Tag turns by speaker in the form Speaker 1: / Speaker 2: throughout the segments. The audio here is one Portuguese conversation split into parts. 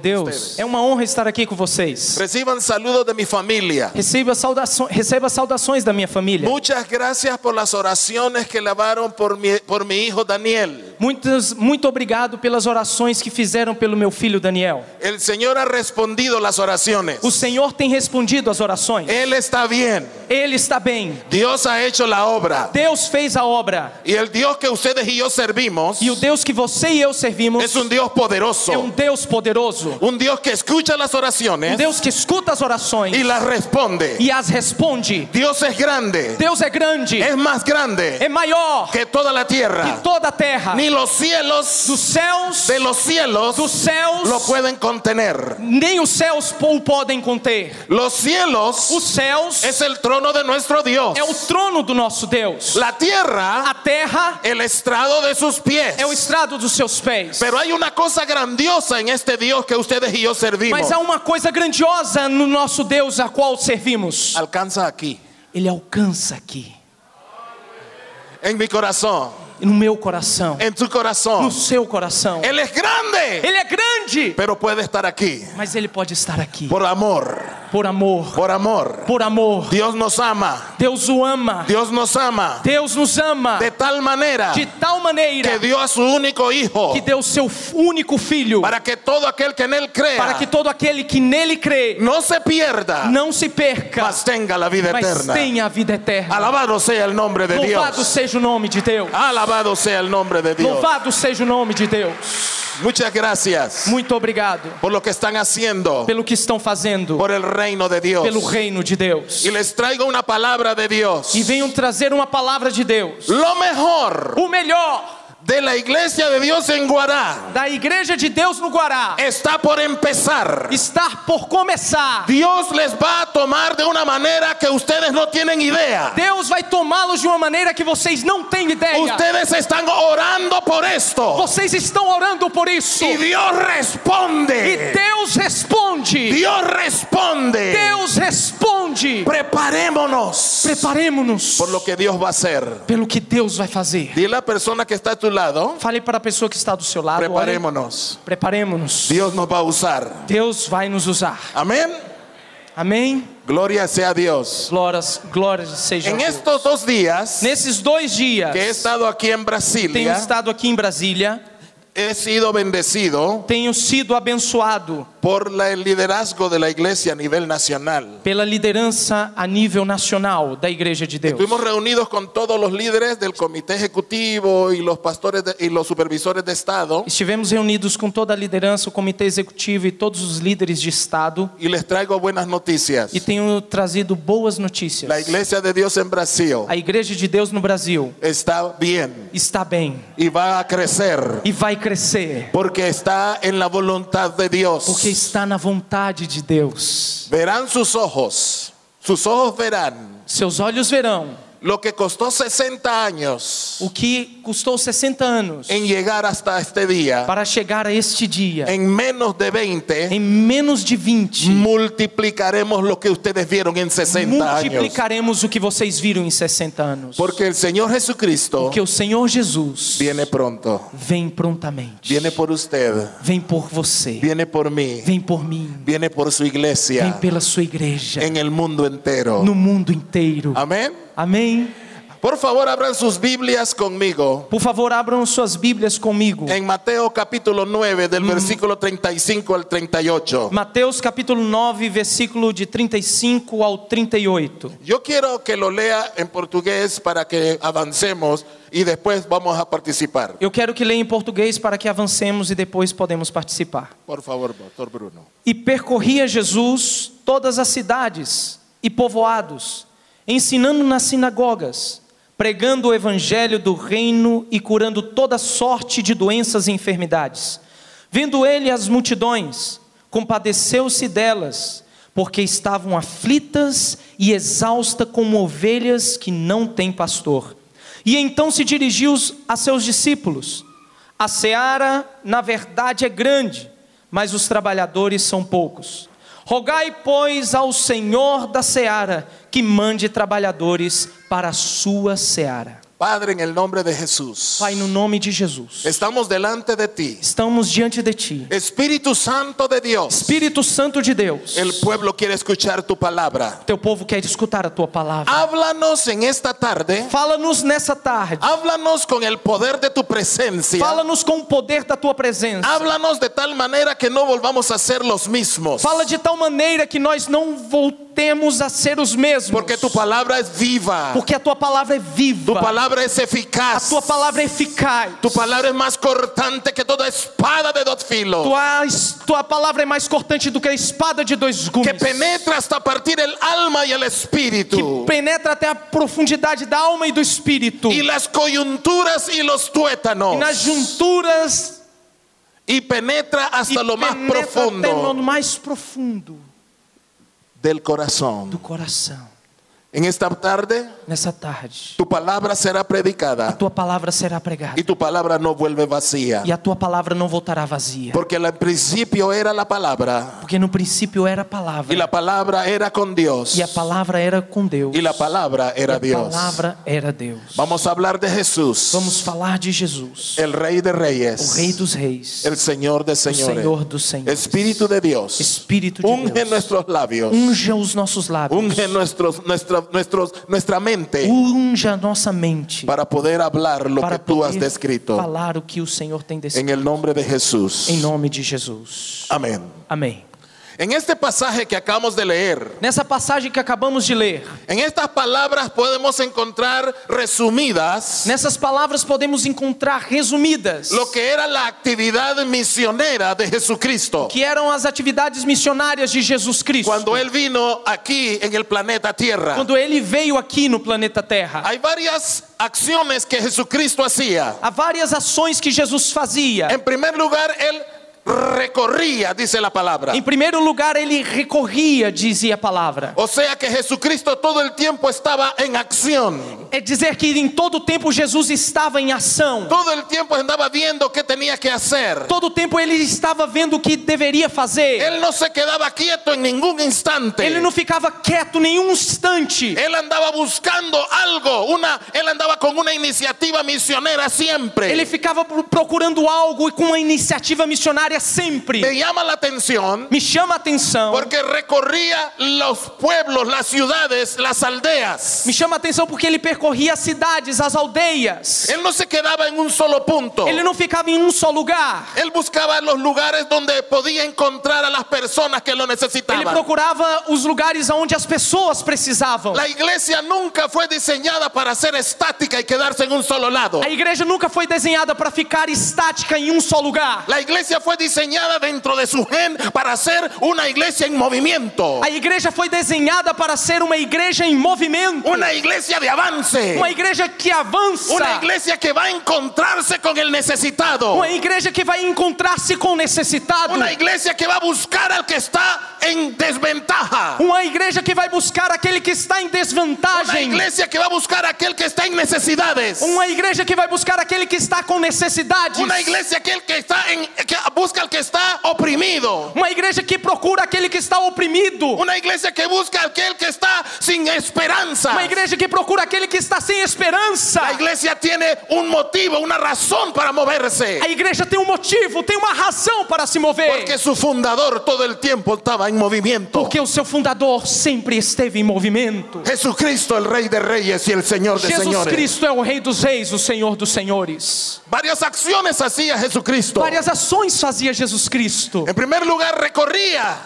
Speaker 1: Deus.
Speaker 2: É uma honra estar aqui com vocês.
Speaker 1: Reciban saludos de mi familia.
Speaker 2: Receba saudações, receba saudações da minha família.
Speaker 1: Muchas gracias por las oraciones que lavaron por mi, por mi hijo Daniel.
Speaker 2: Muitas, muito obrigado pelas orações que fizeram pelo meu filho Daniel.
Speaker 1: El Señor ha respondido las oraciones.
Speaker 2: O Senhor tem respondido às orações.
Speaker 1: Él está bien.
Speaker 2: Ele está bem.
Speaker 1: Dios ha hecho la obra.
Speaker 2: Deus fez a obra.
Speaker 1: Y el Dios que ustedes y yo servimos
Speaker 2: E o Deus que você e eu servimos
Speaker 1: es un Dios poderoso.
Speaker 2: é um Deus poderoso.
Speaker 1: Un Dios que escucha las
Speaker 2: Um
Speaker 1: oraciones
Speaker 2: Deus que escuta as orações
Speaker 1: y las responde.
Speaker 2: e as responde.
Speaker 1: Dios es grande.
Speaker 2: Deus é grande,
Speaker 1: Es más
Speaker 2: é
Speaker 1: grande
Speaker 2: maior
Speaker 1: que toda la
Speaker 2: que
Speaker 1: tierra.
Speaker 2: toda a terra.
Speaker 1: Ni los cielos
Speaker 2: Dos céus,
Speaker 1: de los
Speaker 2: dos
Speaker 1: cielos lo
Speaker 2: céus,
Speaker 1: pueden contener.
Speaker 2: nem os céus o podem conter.
Speaker 1: Los
Speaker 2: Os
Speaker 1: cielos
Speaker 2: céus
Speaker 1: es el trono de nuestro Dios.
Speaker 2: é o trono do nosso Deus.
Speaker 1: La tierra
Speaker 2: A terra
Speaker 1: el estrado de sus pies.
Speaker 2: é o estrado dos seus pés.
Speaker 1: Pero hay una cosa grandiosa en este Dios que ustedes y yo servimos.
Speaker 2: Mas um há uma coisa grandiosa no nosso Deus a qual servimos.
Speaker 1: Alcanza aquí,
Speaker 2: Ele alcança aqui,
Speaker 1: en mi corazón,
Speaker 2: no meu coração,
Speaker 1: en tu
Speaker 2: no
Speaker 1: corazón.
Speaker 2: seu coração.
Speaker 1: Él es grande,
Speaker 2: Ele é grande,
Speaker 1: pero puede estar aquí
Speaker 2: mas ele pode estar aqui
Speaker 1: por amor,
Speaker 2: por amor,
Speaker 1: por amor.
Speaker 2: por amor.
Speaker 1: Dios nos ama,
Speaker 2: Deus o ama.
Speaker 1: Dios nos ama
Speaker 2: Deus nos ama
Speaker 1: de tal manera
Speaker 2: de tal
Speaker 1: que
Speaker 2: maneira
Speaker 1: dio a su único hijo
Speaker 2: que deu seu único filho
Speaker 1: para que todo aquel que en él
Speaker 2: para
Speaker 1: crea
Speaker 2: que todo aquele que nele crê
Speaker 1: no se pierda,
Speaker 2: não se perca,
Speaker 1: mas tenga la vida
Speaker 2: mas
Speaker 1: eterna.
Speaker 2: tenha a vida eterna.
Speaker 1: Alabado sea el nombre de
Speaker 2: Louvado
Speaker 1: Dios.
Speaker 2: seja o nome de Deus.
Speaker 1: Alabado sea el nombre de Dios.
Speaker 2: Louvado seja o nome de Deus.
Speaker 1: Muchas gracias
Speaker 2: Muito obrigado
Speaker 1: por lo que están haciendo
Speaker 2: pelo que estão fazendo
Speaker 1: por el reino de Dios.
Speaker 2: pelo reino de Deus.
Speaker 1: Y les traigo una palabra de Dios.
Speaker 2: E venham trazer uma palavra de Deus.
Speaker 1: Lo mejor
Speaker 2: O melhor
Speaker 1: de la iglesia de Dios en Guará
Speaker 2: da igreja de Deus no Guará
Speaker 1: está por empezar.
Speaker 2: está por começar.
Speaker 1: Dios les va a tomar de una manera que ustedes no tienen idea.
Speaker 2: Deus vai tomá-los de uma maneira que vocês não têm ideia.
Speaker 1: Ustedes están orando por esto.
Speaker 2: Vocês estão orando por isso.
Speaker 1: Y Dios
Speaker 2: E
Speaker 1: responde.
Speaker 2: Deus responde.
Speaker 1: Dios responde.
Speaker 2: Deus responde.
Speaker 1: Preparémonos
Speaker 2: Preparemos-nos
Speaker 1: por lo que Dios va a hacer.
Speaker 2: pelo que Deus vai fazer.
Speaker 1: Dile a la persona que está a tu lado,
Speaker 2: Fale para a pessoa que está do seu lado. olhe,
Speaker 1: preparémonos.
Speaker 2: Preparemos-nos.
Speaker 1: Dios nos va a usar.
Speaker 2: Deus vai nos usar.
Speaker 1: Amén.
Speaker 2: Amém?
Speaker 1: Gloria sea a Dios.
Speaker 2: Glórias, glórias sejam.
Speaker 1: En estos dos días
Speaker 2: Nesses dois dias
Speaker 1: que he estado aquí en
Speaker 2: tenho
Speaker 1: Brasilia,
Speaker 2: estado aqui em Brasília,
Speaker 1: he sido bendecido
Speaker 2: tenho sido abençoado
Speaker 1: por la- el liderazgo de la iglesia a nivel nacional.
Speaker 2: pela liderança a nível nacional da Igreja de Deus.
Speaker 1: Estuvimos reunidos con todos los líderes del comité ejecutivo y los pastores de- y los supervisores de Estado
Speaker 2: Estivemos reunidos com toda a liderança, o comitê executivo e todos os líderes de Estado
Speaker 1: y les traigo buenas noticias.
Speaker 2: e tenho trazido boas notícias.
Speaker 1: La iglesia de Dios en Brasil
Speaker 2: A Igreja de Deus no Brasil
Speaker 1: está bien
Speaker 2: está bem
Speaker 1: y va a crecer
Speaker 2: e vai crescer
Speaker 1: porque está en la voluntad de
Speaker 2: porque
Speaker 1: Dios.
Speaker 2: está na vontade de Deus.
Speaker 1: Verán sus ojos, sus ojos verán
Speaker 2: Seus olhos verão
Speaker 1: Lo que costó 60 años
Speaker 2: o que custou 60 anos
Speaker 1: en llegar hasta este día,
Speaker 2: para chegar a este dia.
Speaker 1: en menos de 20,
Speaker 2: Em menos de 20,
Speaker 1: multiplicaremos lo que ustedes vieron en 60 años.
Speaker 2: multiplicaremos o que vocês viram em 60 anos.
Speaker 1: Porque el Señor Jesucristo
Speaker 2: Porque o Senhor Jesus
Speaker 1: viene pronto.
Speaker 2: vem prontamente.
Speaker 1: Viene por usted,
Speaker 2: Vem por você.
Speaker 1: viene por mí,
Speaker 2: Vem por mim.
Speaker 1: viene por su
Speaker 2: Vem
Speaker 1: iglesia
Speaker 2: pela sua igreja.
Speaker 1: en el mundo entero.
Speaker 2: No mundo inteiro.
Speaker 1: Amén.
Speaker 2: Amém?
Speaker 1: Por favor, abran sus Biblias conmigo.
Speaker 2: Por favor, abram suas Bíblias comigo.
Speaker 1: En Mateo capítulo 9 del versículo 35 al 38.
Speaker 2: Mateus capítulo 9, versículo de 35 ao 38.
Speaker 1: Yo quiero que lo lea en portugués para que avancemos y después vamos a participar.
Speaker 2: Eu quero que leia em português para que avancemos e depois podemos participar.
Speaker 1: Por favor, doctor Bruno.
Speaker 2: E percorria Jesus todas as cidades e povoados, ensinando nas sinagogas, pregando o evangelho do reino e curando toda sorte de doenças e enfermidades. Vendo ele as multidões, compadeceu-se delas, porque estavam aflitas e exaustas como ovelhas que não têm pastor. E então se dirigiu a seus discípulos: a seara, na verdade, é grande, mas os trabalhadores são poucos. Rogai, pois, ao Senhor da seara que mande trabalhadores para a sua seara.
Speaker 1: Padre, en el nombre de Jesús,
Speaker 2: Pai, no nome de Jesus,
Speaker 1: estamos delante de ti.
Speaker 2: estamos diante de Ti.
Speaker 1: Espíritu Santo de Dios,
Speaker 2: Espírito Santo de Deus,
Speaker 1: el pueblo quiere escuchar tu palabra.
Speaker 2: teu povo quer escutar a Tua palavra.
Speaker 1: Háblanos en esta tarde.
Speaker 2: Fala-nos nessa tarde.
Speaker 1: Háblanos con el poder de tu presencia.
Speaker 2: Fala-nos com o poder da Tua presença.
Speaker 1: Háblanos de tal manera que no volvamos a ser los mismos.
Speaker 2: Fala de tal maneira que nós não voltemos a ser os mesmos.
Speaker 1: Porque tu palabra es viva.
Speaker 2: Porque a tua palavra é
Speaker 1: Tu
Speaker 2: viva.
Speaker 1: palabra es
Speaker 2: A
Speaker 1: eficaz.
Speaker 2: tua palavra é eficaz.
Speaker 1: Tu palabra es más cortante que toda espada de dos filos.
Speaker 2: Tua, es- tua palavra é mais cortante do que a espada de dois gumes.
Speaker 1: Que penetra hasta partir el alma y el espíritu.
Speaker 2: penetra até a profundidade da alma e do espírito.
Speaker 1: Y las coyunturas y los tuétanos.
Speaker 2: E nas junturas
Speaker 1: Y penetra
Speaker 2: e
Speaker 1: hasta lo más
Speaker 2: penetra até no
Speaker 1: profundo
Speaker 2: mais profundo
Speaker 1: del
Speaker 2: do
Speaker 1: corazón.
Speaker 2: coração.
Speaker 1: En esta tarde,
Speaker 2: Nessa tarde,
Speaker 1: tu palabra será
Speaker 2: a
Speaker 1: predicada.
Speaker 2: tua palavra será pregada.
Speaker 1: Y tu palabra no vuelve vacía.
Speaker 2: E a tua palavra não voltará vazia.
Speaker 1: Porque al principio era la palabra.
Speaker 2: Porque no princípio era a palavra.
Speaker 1: Y la palabra era con Dios.
Speaker 2: E a palavra era com Deus.
Speaker 1: Y la palabra
Speaker 2: E
Speaker 1: era
Speaker 2: a
Speaker 1: Dios.
Speaker 2: palavra era Deus.
Speaker 1: Vamos a hablar de Jesús.
Speaker 2: Vamos falar de Jesus,
Speaker 1: El Rey de Reyes.
Speaker 2: o Rei dos Reis,
Speaker 1: El Señor de
Speaker 2: o
Speaker 1: Señores.
Speaker 2: Senhor dos Senhores.
Speaker 1: Espíritu de Dios.
Speaker 2: Espírito de
Speaker 1: unge
Speaker 2: Deus.
Speaker 1: nuestros labios.
Speaker 2: Unja os nossos lábios.
Speaker 1: Unge nuestros, nuestra, nuestros, nuestra mente
Speaker 2: Unja a nossa mente
Speaker 1: para poder hablar lo
Speaker 2: para
Speaker 1: que tú
Speaker 2: poder
Speaker 1: has descrito.
Speaker 2: falar o que o Senhor tem descrito.
Speaker 1: En el nombre de Jesús.
Speaker 2: Em nome de Jesus.
Speaker 1: Amén.
Speaker 2: Amém.
Speaker 1: En este pasaje que acabamos de leer,
Speaker 2: Nessa passagem que acabamos de ler,
Speaker 1: en estas palabras podemos encontrar resumidas
Speaker 2: nessas palavras podemos encontrar resumidas
Speaker 1: lo que era la actividad misionera de Jesucristo
Speaker 2: que eram as atividades missionárias de Jesus Cristo.
Speaker 1: cuando Él vino aquí en el planeta Tierra.
Speaker 2: Quando ele veio aqui no planeta Terra.
Speaker 1: Hay varias acciones que Jesucristo hacía.
Speaker 2: Há várias ações que Jesus fazia.
Speaker 1: En primer lugar, Él recorría, dice la palabra.
Speaker 2: Em primeiro lugar, ele recorria, dizia a palavra.
Speaker 1: O sea que Jesucristo todo el tiempo estaba en acción.
Speaker 2: É dizer que em todo tempo Jesus estava em ação.
Speaker 1: Todo el tiempo andaba viendo qué tenía que hacer.
Speaker 2: Todo tempo ele estava vendo o que deveria fazer.
Speaker 1: Él no se quedaba quieto en ningún instante.
Speaker 2: Ele não ficava quieto nenhum instante.
Speaker 1: Él andaba buscando algo, una, él andaba con una iniciativa misionera siempre.
Speaker 2: Ele ficava pro- procurando algo e com uma iniciativa missionária sempre.
Speaker 1: Me llama la atención
Speaker 2: Me chama a atenção.
Speaker 1: porque recorría los pueblos, las ciudades, las aldeas.
Speaker 2: Me chama a atenção porque ele percorria as cidades, as aldeias.
Speaker 1: Él no se quedaba en un solo punto.
Speaker 2: Ele não ficava em um só lugar.
Speaker 1: Él buscaba los lugares donde podía encontrar a las personas que lo
Speaker 2: Ele
Speaker 1: necesitaban.
Speaker 2: procurava os lugares onde as pessoas precisavam.
Speaker 1: La iglesia nunca fue diseñada para ser estática y quedarse en un solo lado.
Speaker 2: A igreja nunca foi desenhada para ficar estática em um só lugar.
Speaker 1: La iglesia fue diseñada dentro de su gen para ser una iglesia en movimiento,
Speaker 2: A igreja foi desenhada para ser uma igreja em movimento,
Speaker 1: una iglesia de avance,
Speaker 2: uma igreja que avança,
Speaker 1: una iglesia que va a encontrarse con el necesitado,
Speaker 2: uma igreja que vai encontrar-se com o necessitado,
Speaker 1: una iglesia que va a buscar al que está en desventaja,
Speaker 2: uma igreja que vai buscar aquele que está em
Speaker 1: una
Speaker 2: desvantagem,
Speaker 1: iglesia que va a buscar a aquel que está en necesidades,
Speaker 2: uma igreja que vai buscar aquele que está com necessidades,
Speaker 1: una iglesia que, el que está en, que busca al que está oprimido.
Speaker 2: uma igreja que procura aquele que está oprimido,
Speaker 1: Una iglesia que busca a aquel que está sin esperanza.
Speaker 2: uma igreja que procura aquele que está sem esperança.
Speaker 1: La iglesia tiene un motivo, una razón para moverse.
Speaker 2: A igreja tem um motivo, tem uma razão para se mover.
Speaker 1: Porque su fundador todo el tiempo estaba en movimiento.
Speaker 2: Porque o seu fundador sempre esteve em movimento.
Speaker 1: Jesucristo, el Rey de Reyes y el Señor de
Speaker 2: Jesus
Speaker 1: Señores.
Speaker 2: Cristo é o Rei dos Reis, o Senhor dos Senhores.
Speaker 1: Varias acciones hacía Jesucristo.
Speaker 2: Várias ações fazia Jesus Cristo.
Speaker 1: En primer lugar, recorría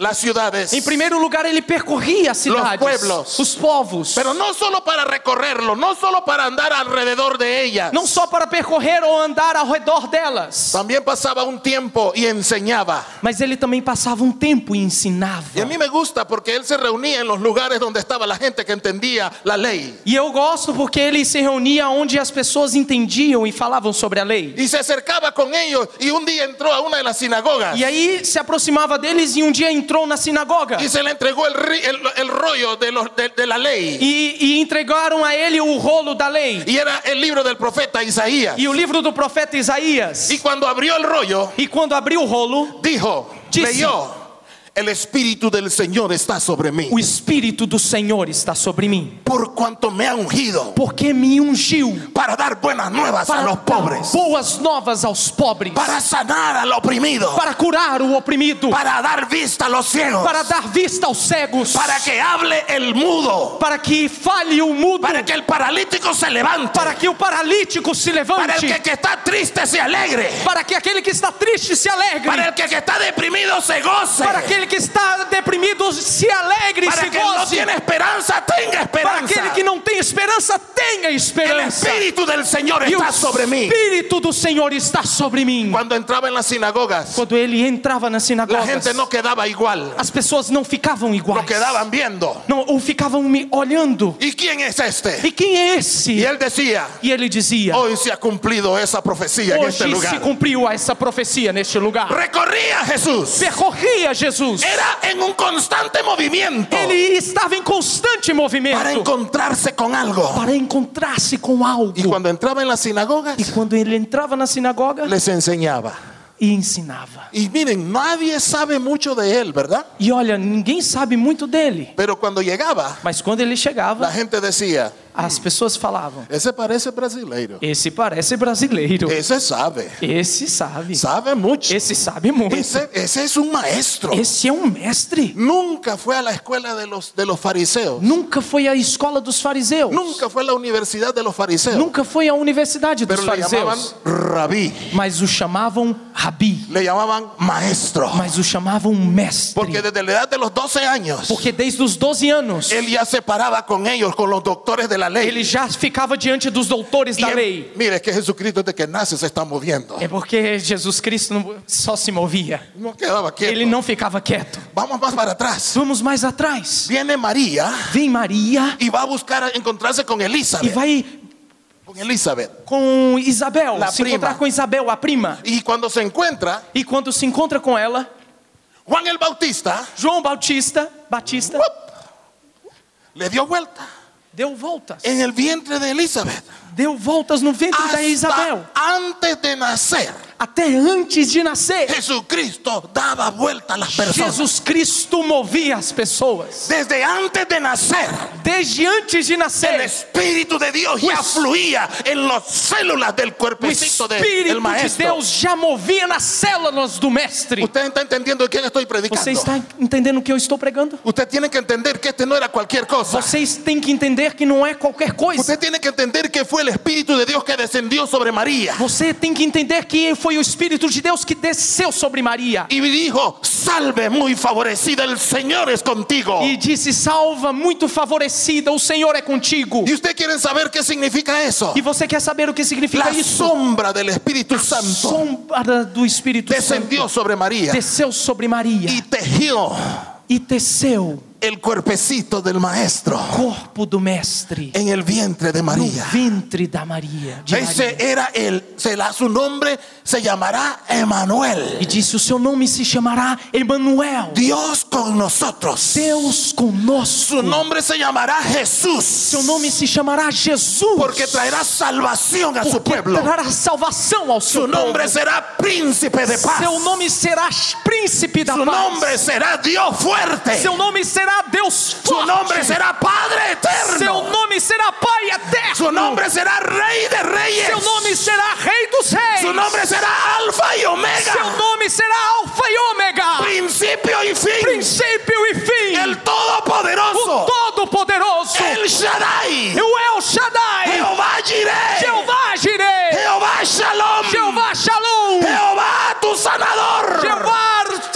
Speaker 1: las ciudades.
Speaker 2: Em primeiro lugar, ele percorria as cidades,
Speaker 1: pueblos.
Speaker 2: os povos,
Speaker 1: Pero no solo para recorrerlo, no solo para andar alrededor de ellas.
Speaker 2: não só para percorrer ou andar ao redor delas,
Speaker 1: También pasaba un tiempo y enseñaba.
Speaker 2: mas ele também passava um tempo e ensinava.
Speaker 1: Y a mí me gusta porque él se reunía en los lugares donde estaba la gente que entendía la ley.
Speaker 2: E eu gosto porque ele se reunia onde as pessoas entendiam e falavam sobre a lei.
Speaker 1: Y se acercaba con ellos e un día entró a una de las sinagogas
Speaker 2: E aí se aproximava deles e um dia entrou na sinagoga.
Speaker 1: y se le entregó el, ri- el- el rollo de, los- de- de la ley.
Speaker 2: E, e entregaram a ele o rolo da lei
Speaker 1: Y era el libro del profeta Isaías.
Speaker 2: e o livro do profeta Isaías.
Speaker 1: Y cuando abrió el rollo,
Speaker 2: E quando abriu o rolo,
Speaker 1: dijo,
Speaker 2: Dice.
Speaker 1: leyó, El Espíritu del Señor está sobre mí.
Speaker 2: O Espírito do Senhor está sobre mim,
Speaker 1: Por cuanto me ha ungido
Speaker 2: porque me ungiu
Speaker 1: para dar buenas nuevas a
Speaker 2: para
Speaker 1: los pobres.
Speaker 2: dar boas novas aos pobres,
Speaker 1: Para sanar al oprimido.
Speaker 2: para curar o oprimido,
Speaker 1: Para dar vista a los ciegos.
Speaker 2: para dar vista aos cegos,
Speaker 1: Para que hable el mudo.
Speaker 2: para que fale o mudo,
Speaker 1: Para que el paralítico se levante.
Speaker 2: para que o paralítico se
Speaker 1: Para el
Speaker 2: levante,
Speaker 1: que, que está triste se alegre.
Speaker 2: para que aquele que está triste se alegre,
Speaker 1: Para el que, que está deprimido se goce.
Speaker 2: para aquele que está deprimido se alegre e
Speaker 1: Para
Speaker 2: se
Speaker 1: que no
Speaker 2: goze,
Speaker 1: tiene esperanza, tenga
Speaker 2: para
Speaker 1: esperanza.
Speaker 2: aquele que não tem esperança, tenha
Speaker 1: El
Speaker 2: esperança.
Speaker 1: Espíritu del Señor
Speaker 2: E o
Speaker 1: é está sobre mí.
Speaker 2: Espírito do Senhor está sobre mim.
Speaker 1: Cuando entraba en las sinagogas,
Speaker 2: Quando ele entrava na
Speaker 1: la
Speaker 2: sinagoga,
Speaker 1: gente no quedaba igual.
Speaker 2: as pessoas não ficavam iguais.
Speaker 1: Lo quedaban viendo.
Speaker 2: Não, ou ficavam me olhando.
Speaker 1: ¿Y quién es este?
Speaker 2: E quem é esse?
Speaker 1: Y él decía,
Speaker 2: E ele dizia:
Speaker 1: hoy se ha cumplido esa profecía en é este
Speaker 2: Hoje se
Speaker 1: lugar.
Speaker 2: cumpriu essa profecia neste lugar.
Speaker 1: Recorría Jesús.
Speaker 2: Percorria Jesus.
Speaker 1: Era en un constante movimiento
Speaker 2: Ele estava em constante
Speaker 1: para
Speaker 2: movimento
Speaker 1: encontrarse con algo.
Speaker 2: para encontrar-se com algo.
Speaker 1: Y cuando entraba en las sinagogas,
Speaker 2: E quando ele entrava na sinagoga
Speaker 1: les enseñaba.
Speaker 2: e ensinava.
Speaker 1: Y miren, nadie sabe mucho de él, ¿verdad?
Speaker 2: E olha, ninguém sabe muito dele.
Speaker 1: Pero cuando llegaba,
Speaker 2: Mas quando ele
Speaker 1: la
Speaker 2: chegava,
Speaker 1: gente decía,
Speaker 2: as pessoas falavam:
Speaker 1: ese parece brasileiro.
Speaker 2: Esse parece brasileiro.
Speaker 1: Ese sabe,
Speaker 2: Esse sabe.
Speaker 1: sabe mucho.
Speaker 2: Esse sabe muito.
Speaker 1: Ese, ese es un maestro.
Speaker 2: Esse é um mestre.
Speaker 1: Nunca fue a la escuela de los, de los fariseos.
Speaker 2: Nunca foi à escola dos fariseus.
Speaker 1: Nunca fue a la universidad de los fariseos.
Speaker 2: Nunca foi à universidade dos
Speaker 1: Pero le llamaban
Speaker 2: fariseus.
Speaker 1: rabí,
Speaker 2: Mas o chamavam rabi.
Speaker 1: le llamaban maestro.
Speaker 2: Mas o chamavam mestre.
Speaker 1: Porque desde la edad de los 12 años,
Speaker 2: Porque desde os 12 anos
Speaker 1: él ya se paraba con ellos, con los doctores de la lei.
Speaker 2: ele já ficava diante dos doutores
Speaker 1: Y
Speaker 2: da
Speaker 1: él-
Speaker 2: lei.
Speaker 1: mire, es que Jesucristo desde que nace se está moviendo.
Speaker 2: É porque Jesus Cristo não- só se movia.
Speaker 1: No quedaba quieto.
Speaker 2: Ele não ficava quieto.
Speaker 1: Vamos más para atrás.
Speaker 2: Vamos mais atrás.
Speaker 1: Viene María
Speaker 2: Vem Maria
Speaker 1: y va a buscar a encontrarse con
Speaker 2: e
Speaker 1: Elizabeth.
Speaker 2: vai
Speaker 1: Con Elizabeth.
Speaker 2: com Isabel.
Speaker 1: La
Speaker 2: se encontrar
Speaker 1: prima.
Speaker 2: com Isabel, a prima.
Speaker 1: Y cuando se encuentra,
Speaker 2: E quando se encontra com ela,
Speaker 1: Juan el Bautista
Speaker 2: João Bautista, Batista,
Speaker 1: Uh! le dio vuelta
Speaker 2: deu voltas.
Speaker 1: en el vientre de Elizabeth.
Speaker 2: Deu voltas no ventre da
Speaker 1: Hasta
Speaker 2: Isabel.
Speaker 1: antes de nacer,
Speaker 2: Até antes de nascer,
Speaker 1: Jesucristo daba vuelta a las personas.
Speaker 2: Jesus Cristo movia as pessoas.
Speaker 1: Desde antes de nacer,
Speaker 2: Desde antes de
Speaker 1: el
Speaker 2: nascer,
Speaker 1: Espíritu de Dios ya
Speaker 2: Pues-
Speaker 1: fluía en las células del
Speaker 2: o
Speaker 1: cuerpecito de- del
Speaker 2: Espírito de
Speaker 1: é Maestro.
Speaker 2: Deus já movia nas células do Mestre.
Speaker 1: Usted está entendiendo de quién estoy predicando.
Speaker 2: Você Pues, está entendendo o que eu estou pregando?
Speaker 1: Usted tiene que entender que este no era cualquier cosa.
Speaker 2: Vocês têm que entender que não é qualquer coisa.
Speaker 1: Usted tiene que entender que fue el Espíritu de Dios que descendió sobre María
Speaker 2: Você tem que entender que foi o Espírito de Deus que desceu sobre Maria
Speaker 1: y dijo: Salve, muy favorecida, el Señor es contigo.
Speaker 2: e disse: Salva, muito favorecida, o Senhor é contigo.
Speaker 1: ¿Y usted quiere saber qué significa eso?
Speaker 2: E você quer saber o que significa
Speaker 1: La
Speaker 2: isso?
Speaker 1: sombra del Espíritu Santo
Speaker 2: sombra do Espírito Santo
Speaker 1: descendió sobre María
Speaker 2: desceu sobre Maria
Speaker 1: y tejió
Speaker 2: e teceu
Speaker 1: el cuerpecito del Maestro
Speaker 2: o corpo do Mestre
Speaker 1: en el vientre de
Speaker 2: no
Speaker 1: María.
Speaker 2: ventre da Maria, de
Speaker 1: Ese
Speaker 2: Maria.
Speaker 1: era el, será su nombre, se llamará
Speaker 2: E
Speaker 1: Emanuel,
Speaker 2: disse: O seu nome se chamará Emanuel,
Speaker 1: Dios con nosotros.
Speaker 2: Deus conosco.
Speaker 1: Su nombre se llamará Jesús,
Speaker 2: Seu nome se chamará Jesus,
Speaker 1: porque traerá salvación a su
Speaker 2: porque
Speaker 1: pueblo.
Speaker 2: trará salvação ao seu
Speaker 1: Su nombre
Speaker 2: povo.
Speaker 1: será príncipe é de paz. é
Speaker 2: Seu nome será príncipe da
Speaker 1: Su
Speaker 2: paz.
Speaker 1: nombre será Dios fuerte.
Speaker 2: Seu nome será Deus
Speaker 1: Su
Speaker 2: forte.
Speaker 1: nombre será Padre
Speaker 2: Seu
Speaker 1: eterno.
Speaker 2: nome será Pai eterno.
Speaker 1: Su nombre será Rey de reyes.
Speaker 2: Seu nome será Rei dos Reis.
Speaker 1: Su nombre será Alfa y
Speaker 2: Seu
Speaker 1: Omega.
Speaker 2: nome será Alfa e Ômega.
Speaker 1: Principio y fin.
Speaker 2: Princípio e fim.
Speaker 1: El
Speaker 2: O
Speaker 1: Todopoderoso.
Speaker 2: Todo-Poderoso.
Speaker 1: El Shaddai.
Speaker 2: O El Shaddai.
Speaker 1: Jehová Jireh.
Speaker 2: Jeová Jireh.
Speaker 1: Jehová Shalom.
Speaker 2: Jeová Shalom.
Speaker 1: Jehová tu sanador.
Speaker 2: Jeová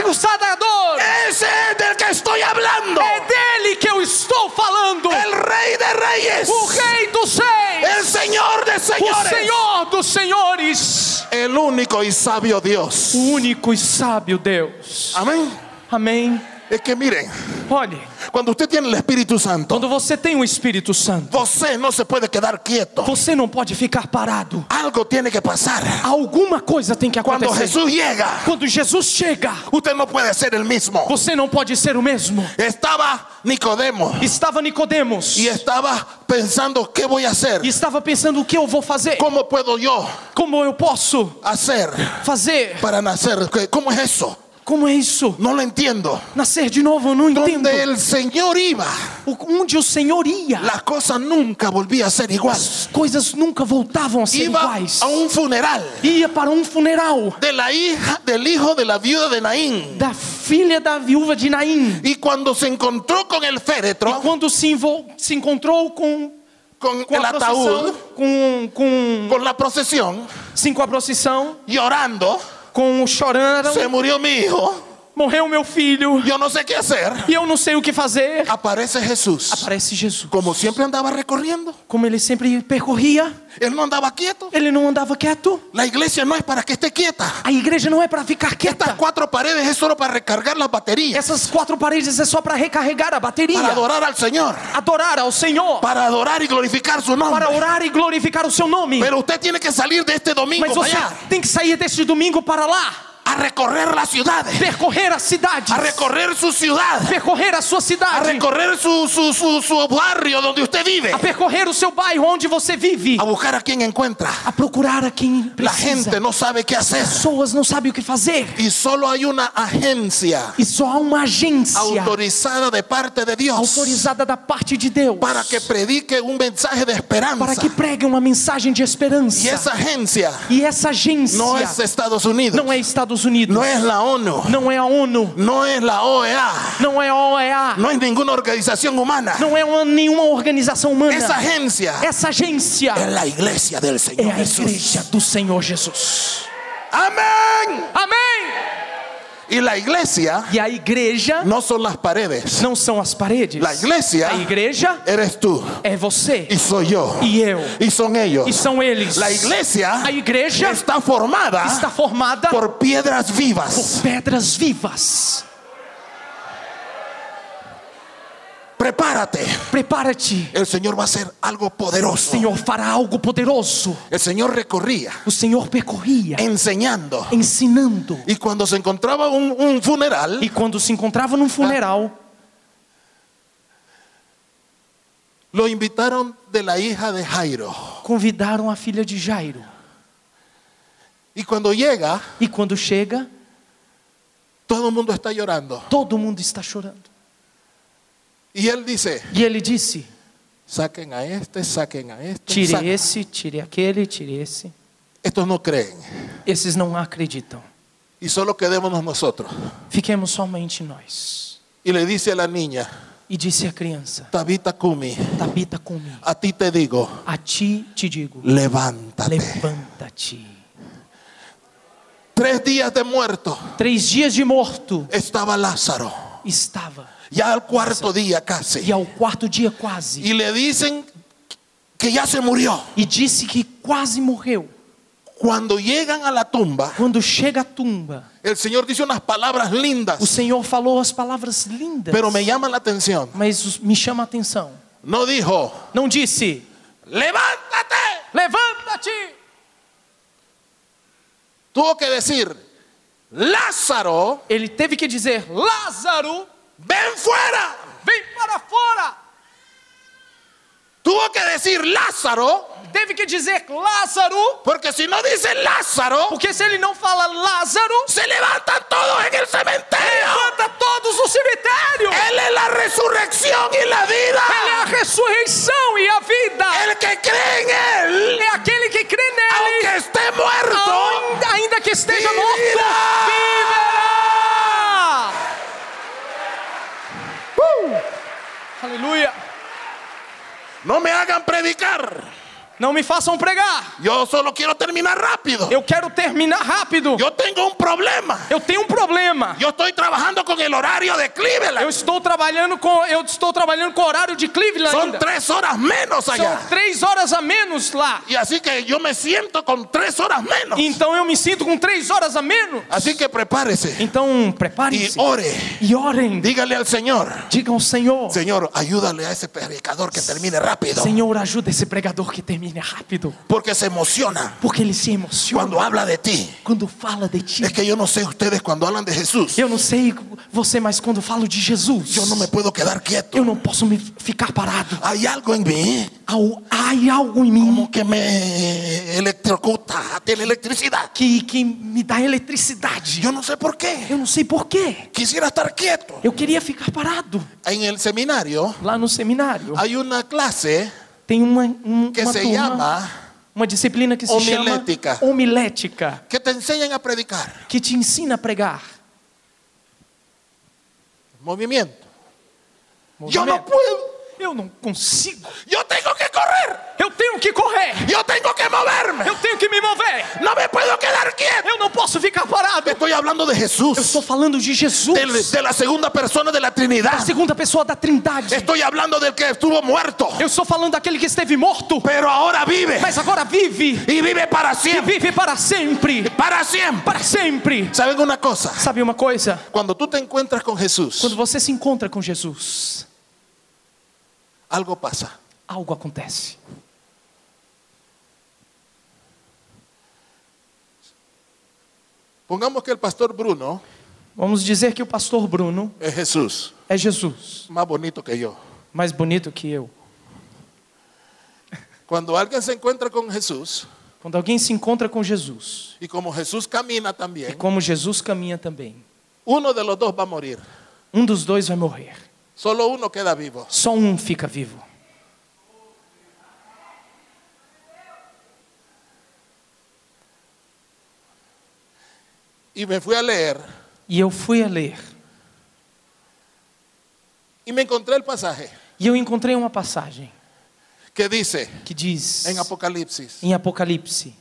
Speaker 2: o Salvador.
Speaker 1: Ese es del que estoy hablando.
Speaker 2: É dele que eu estou falando.
Speaker 1: El Rey de Reyes.
Speaker 2: O Rei dos Reis.
Speaker 1: El Señor de
Speaker 2: O
Speaker 1: Señores.
Speaker 2: Senhor dos Senhores.
Speaker 1: El único y sabio Dios.
Speaker 2: O único e sábio Deus.
Speaker 1: Amén.
Speaker 2: Amém.
Speaker 1: Es que miren,
Speaker 2: Olhe,
Speaker 1: cuando usted tiene el Espíritu Santo,
Speaker 2: quando você tem o Espírito Santo,
Speaker 1: usted no se puede quedar quieto.
Speaker 2: você não pode ficar parado.
Speaker 1: Algo tiene que pasar.
Speaker 2: Alguma coisa tem que acontecer.
Speaker 1: Cuando Jesús llega,
Speaker 2: Quando Jesus chega,
Speaker 1: usted no puede ser el mismo.
Speaker 2: você não pode ser o mesmo.
Speaker 1: Estaba Nicodemo
Speaker 2: Estava Nicodemos e
Speaker 1: y estaba pensando qué voy a hacer.
Speaker 2: estava pensando o que eu vou fazer?
Speaker 1: ¿Cómo puedo yo
Speaker 2: Como eu posso
Speaker 1: hacer
Speaker 2: fazer?
Speaker 1: para nacer? ¿Qué- ¿Cómo es eso?
Speaker 2: Como é isso?
Speaker 1: No lo entiendo.
Speaker 2: Nascer de novo, eu não entendo.
Speaker 1: Donde el Señor iba,
Speaker 2: O- Onde o Senhor ia,
Speaker 1: las cosas nunca volvían a ser igual.
Speaker 2: as coisas nunca voltavam a ser
Speaker 1: Iba
Speaker 2: iguais.
Speaker 1: a um- un funeral
Speaker 2: Ia para um funeral
Speaker 1: de la hija del hijo de la viuda de Naín.
Speaker 2: da filha da viúva de Naim.
Speaker 1: Y cuando se encontró con el
Speaker 2: E
Speaker 1: féretro,
Speaker 2: quando se, envol- se encontrou com,
Speaker 1: con
Speaker 2: com
Speaker 1: el
Speaker 2: a
Speaker 1: ataúd,
Speaker 2: procissão, com, com,
Speaker 1: con la procesión,
Speaker 2: sim, com a procissão,
Speaker 1: llorando,
Speaker 2: com o chorando,
Speaker 1: se murió mi hijo,
Speaker 2: morreu meu filho
Speaker 1: yo no sé qué hacer.
Speaker 2: e eu não sei o que fazer.
Speaker 1: Aparece Jesús.
Speaker 2: Aparece Jesus.
Speaker 1: Como siempre andaba recorriendo,
Speaker 2: Como ele sempre percorria,
Speaker 1: él no andaba quieto.
Speaker 2: ele não andava quieto.
Speaker 1: La iglesia no es para que esté quieta.
Speaker 2: A igreja não é para ficar
Speaker 1: Estas
Speaker 2: quieta.
Speaker 1: cuatro paredes es solo para recargar las baterías,
Speaker 2: Essas quatro paredes é só para recarregar a bateria,
Speaker 1: para adorar al Señor,
Speaker 2: adorar ao Senhor,
Speaker 1: para adorar y glorificar su
Speaker 2: para
Speaker 1: nombre.
Speaker 2: orar e glorificar o seu nome.
Speaker 1: Pero usted tiene que salir de este domingo
Speaker 2: Mas
Speaker 1: para
Speaker 2: você
Speaker 1: allá,
Speaker 2: tem que sair deste domingo para lá,
Speaker 1: a recorrer las ciudades,
Speaker 2: percorrer a cidade,
Speaker 1: a recorrer su ciudad,
Speaker 2: percorrer a sua
Speaker 1: a
Speaker 2: cidade,
Speaker 1: recorrer su, su, su, su barrio donde usted vive,
Speaker 2: a percorrer o seu bairro onde você vive,
Speaker 1: a buscar a quien encuentra.
Speaker 2: a procurar a quem
Speaker 1: La
Speaker 2: precisa.
Speaker 1: gente no sabe qué hacer
Speaker 2: Pessoas não sabem o que fazer
Speaker 1: y solo hay una agencia
Speaker 2: e só há uma agência
Speaker 1: autorizada de parte de Dios
Speaker 2: autorizada da parte de Deus
Speaker 1: para que predique un mensaje de esperanza.
Speaker 2: para que pregue uma mensagem de esperança.
Speaker 1: Y esa agencia
Speaker 2: E essa agência
Speaker 1: no es Estados Unidos,
Speaker 2: não é Estados Unidos,
Speaker 1: no es la ONU,
Speaker 2: não é a ONU,
Speaker 1: no es la OEA,
Speaker 2: não é a OEA,
Speaker 1: no es ninguna organização humana.
Speaker 2: não é uma- nenhuma organização humana.
Speaker 1: Esa agencia
Speaker 2: Essa agência
Speaker 1: es la iglesia del
Speaker 2: é
Speaker 1: Señor
Speaker 2: a
Speaker 1: Jesús.
Speaker 2: igreja do Senhor Jesus.
Speaker 1: Amén.
Speaker 2: Amém!
Speaker 1: Y la iglesia
Speaker 2: E a igreja
Speaker 1: no son las paredes.
Speaker 2: não são as paredes.
Speaker 1: La iglesia
Speaker 2: A igreja
Speaker 1: eres tú
Speaker 2: é você
Speaker 1: y soy yo
Speaker 2: e eu.
Speaker 1: y son ellos.
Speaker 2: E são eles.
Speaker 1: La iglesia
Speaker 2: A igreja
Speaker 1: está Oh. formada
Speaker 2: está formada por
Speaker 1: por piedras vivas.
Speaker 2: pedras vivas.
Speaker 1: Prepárate.
Speaker 2: Prepara-te.
Speaker 1: El Señor va a hacer algo
Speaker 2: O
Speaker 1: poderoso.
Speaker 2: Senhor fará algo poderoso.
Speaker 1: El Señor recorría
Speaker 2: O Senhor percorria
Speaker 1: enseñando.
Speaker 2: ensinando.
Speaker 1: Y cuando se encontraba un, un funeral,
Speaker 2: E quando se encontrava num funeral,
Speaker 1: lo invitaron de la hija de Jairo.
Speaker 2: convidaram a filha de Jairo.
Speaker 1: Y cuando llega,
Speaker 2: E quando chega,
Speaker 1: todo el mundo está llorando.
Speaker 2: todo mundo está chorando.
Speaker 1: Y él dice,
Speaker 2: E ele disse:
Speaker 1: saquen a este, saquen a este.
Speaker 2: Tire
Speaker 1: saquen".
Speaker 2: esse, tire aquele, tire esse.
Speaker 1: Estos no creen.
Speaker 2: Esses não acreditam.
Speaker 1: Y solo quedémonos nosotros.
Speaker 2: Fiquemos somente nós.
Speaker 1: Y le dice a la niña,
Speaker 2: E disse a criança:
Speaker 1: Tabita Kumi,
Speaker 2: Tabita comigo.
Speaker 1: a ti te digo,
Speaker 2: A ti te digo:
Speaker 1: levántate.
Speaker 2: Levanta-te.
Speaker 1: Tres días de muerto
Speaker 2: Três dias de morto
Speaker 1: estaba Lázaro.
Speaker 2: estava.
Speaker 1: Ya al cuarto día
Speaker 2: E
Speaker 1: casi.
Speaker 2: ao quarto dia quase.
Speaker 1: Y le dicen que ya se murió.
Speaker 2: E disse que quase morreu.
Speaker 1: Cuando llegan a la tumba,
Speaker 2: Quando chega a tumba,
Speaker 1: El Señor dice unas palabras
Speaker 2: O
Speaker 1: lindas,
Speaker 2: Senhor falou as palavras lindas,
Speaker 1: pero me llama la atención.
Speaker 2: mas os- me chama a atenção.
Speaker 1: No dijo,
Speaker 2: Não disse,
Speaker 1: levántate.
Speaker 2: levanta-te!
Speaker 1: Tuvo que decir, Lázaro,
Speaker 2: Ele teve que dizer, Lázaro,
Speaker 1: ven fuera.
Speaker 2: vem para fora!
Speaker 1: Tuvo que decir Lázaro,
Speaker 2: Teve que dizer, Lázaro,
Speaker 1: porque si no dice Lázaro,
Speaker 2: porque se ele não fala Lázaro,
Speaker 1: se levantan todos en el cementerio.
Speaker 2: levanta todos no cemitério!
Speaker 1: Él es la resurrección y la
Speaker 2: Ele é a
Speaker 1: vida.
Speaker 2: ressurreição e a vida!
Speaker 1: El que cree en Él,
Speaker 2: É aquele que crê nele,
Speaker 1: aunque esté muerto,
Speaker 2: ainda, ainda que esteja morto,
Speaker 1: vivirá.
Speaker 2: viverá! Uh! Aleluia!
Speaker 1: no me hagan predicar.
Speaker 2: Não me façam pregar.
Speaker 1: Yo solo quiero terminar rápido.
Speaker 2: Eu quero terminar rápido.
Speaker 1: Yo tengo un problema.
Speaker 2: Eu tenho um problema.
Speaker 1: Yo estoy trabajando con el horario de
Speaker 2: Eu
Speaker 1: Cleveland.
Speaker 2: estou trabalhando com eu estou trabalhando com o horário de Cleveland
Speaker 1: Son
Speaker 2: ainda.
Speaker 1: tres horas menos
Speaker 2: São
Speaker 1: allá.
Speaker 2: três horas a menos lá.
Speaker 1: Y así que yo me siento con tres horas menos.
Speaker 2: Então eu me sinto com três horas a menos.
Speaker 1: Así que prepárese
Speaker 2: Então
Speaker 1: y
Speaker 2: preparem-se
Speaker 1: ore.
Speaker 2: e orem.
Speaker 1: Dígale al Señor,
Speaker 2: Digam Senhor.
Speaker 1: Señor, ayúdale a esse predicador que termine rápido.
Speaker 2: Senhor, ajuda esse pregador que termine rápido,
Speaker 1: Porque se emociona
Speaker 2: porque ele se emociona
Speaker 1: cuando habla de ti.
Speaker 2: quando fala de ti.
Speaker 1: Es É que yo no sé ustedes cuando hablan de Jesús.
Speaker 2: Eu não sei você, mas quando falo de Jesus,
Speaker 1: Yo no me puedo quedar
Speaker 2: eu
Speaker 1: quieto.
Speaker 2: não posso me ficar parado.
Speaker 1: Hay algo en mí
Speaker 2: Há há algo em mim
Speaker 1: como que me electrocuta, tiene electricidad.
Speaker 2: que, que me dá eletricidade.
Speaker 1: Yo no sé por qué.
Speaker 2: Eu não sei porquê.
Speaker 1: Quisiera estar quieto.
Speaker 2: Eu queria ficar parado.
Speaker 1: En el seminario
Speaker 2: Lá no seminário
Speaker 1: hay una clase
Speaker 2: tem uma, um,
Speaker 1: Ah, que
Speaker 2: uma
Speaker 1: se
Speaker 2: turma,
Speaker 1: llama
Speaker 2: uma disciplina que se
Speaker 1: homilética.
Speaker 2: chama homilética,
Speaker 1: que te enseñan a predicar.
Speaker 2: que te ensina a pregar.
Speaker 1: Movimiento. Yo no
Speaker 2: Movimento.
Speaker 1: puedo.
Speaker 2: Eu não consigo.
Speaker 1: Yo tengo que correr.
Speaker 2: Eu tenho que correr.
Speaker 1: Yo tengo que moverme.
Speaker 2: Eu tenho que me mover.
Speaker 1: No me puedo quedar quieto.
Speaker 2: Eu não posso ficar parado.
Speaker 1: Estoy hablando de Jesús.
Speaker 2: Eu estou falando de Jesus,
Speaker 1: del- De, la segunda persona de la Trinidad.
Speaker 2: a segunda pessoa da Trindade.
Speaker 1: Estoy hablando del que estuvo muerto,
Speaker 2: Eu estou falando daquele que esteve morto,
Speaker 1: pero ahora vive
Speaker 2: mas agora vive
Speaker 1: y vive para
Speaker 2: e
Speaker 1: siempre.
Speaker 2: vive para sempre.
Speaker 1: Para siempre.
Speaker 2: Para sempre.
Speaker 1: ¿Saben una cosa?
Speaker 2: Sabe uma coisa?
Speaker 1: Cuando tú te encuentras con Jesús,
Speaker 2: Quando você se encontra com Jesus,
Speaker 1: algo pasa.
Speaker 2: algo acontece.
Speaker 1: Pongamos que el pastor Bruno
Speaker 2: Vamos dizer que o pastor Bruno
Speaker 1: es Jesús,
Speaker 2: é Jesus,
Speaker 1: más bonito que yo.
Speaker 2: mais bonito que eu.
Speaker 1: Cuando alguien se encuentra con Jesús
Speaker 2: Quando alguém se encontra com Jesus,
Speaker 1: y como Jesús camina
Speaker 2: e
Speaker 1: también,
Speaker 2: como Jesus caminha também,
Speaker 1: uno de los dos va a morir.
Speaker 2: um dos dois vai morrer.
Speaker 1: Solo uno queda vivo.
Speaker 2: Só um fica vivo.
Speaker 1: Y me fui a leer
Speaker 2: E eu fui a ler,
Speaker 1: y me encontré el pasaje
Speaker 2: e eu encontrei uma passagem
Speaker 1: que dice
Speaker 2: que diz
Speaker 1: en Apocalipsis,
Speaker 2: em Apocalipse: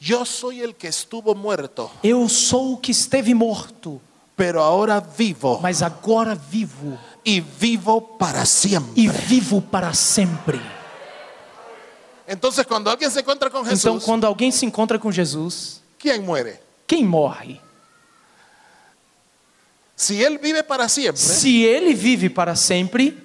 Speaker 1: yo soy el que estuvo muerto,
Speaker 2: Eu sou o que esteve morto,
Speaker 1: pero ahora vivo
Speaker 2: mas agora vivo,
Speaker 1: y vivo para
Speaker 2: e
Speaker 1: siempre.
Speaker 2: vivo para sempre.
Speaker 1: Entonces cuando alguien se encuentra con
Speaker 2: Então,
Speaker 1: Jesús,
Speaker 2: quando alguém se encontra com Jesus,
Speaker 1: ¿quién muere?
Speaker 2: quem morre?
Speaker 1: Si él vive para siempre,
Speaker 2: Né? Se ele vive para sempre,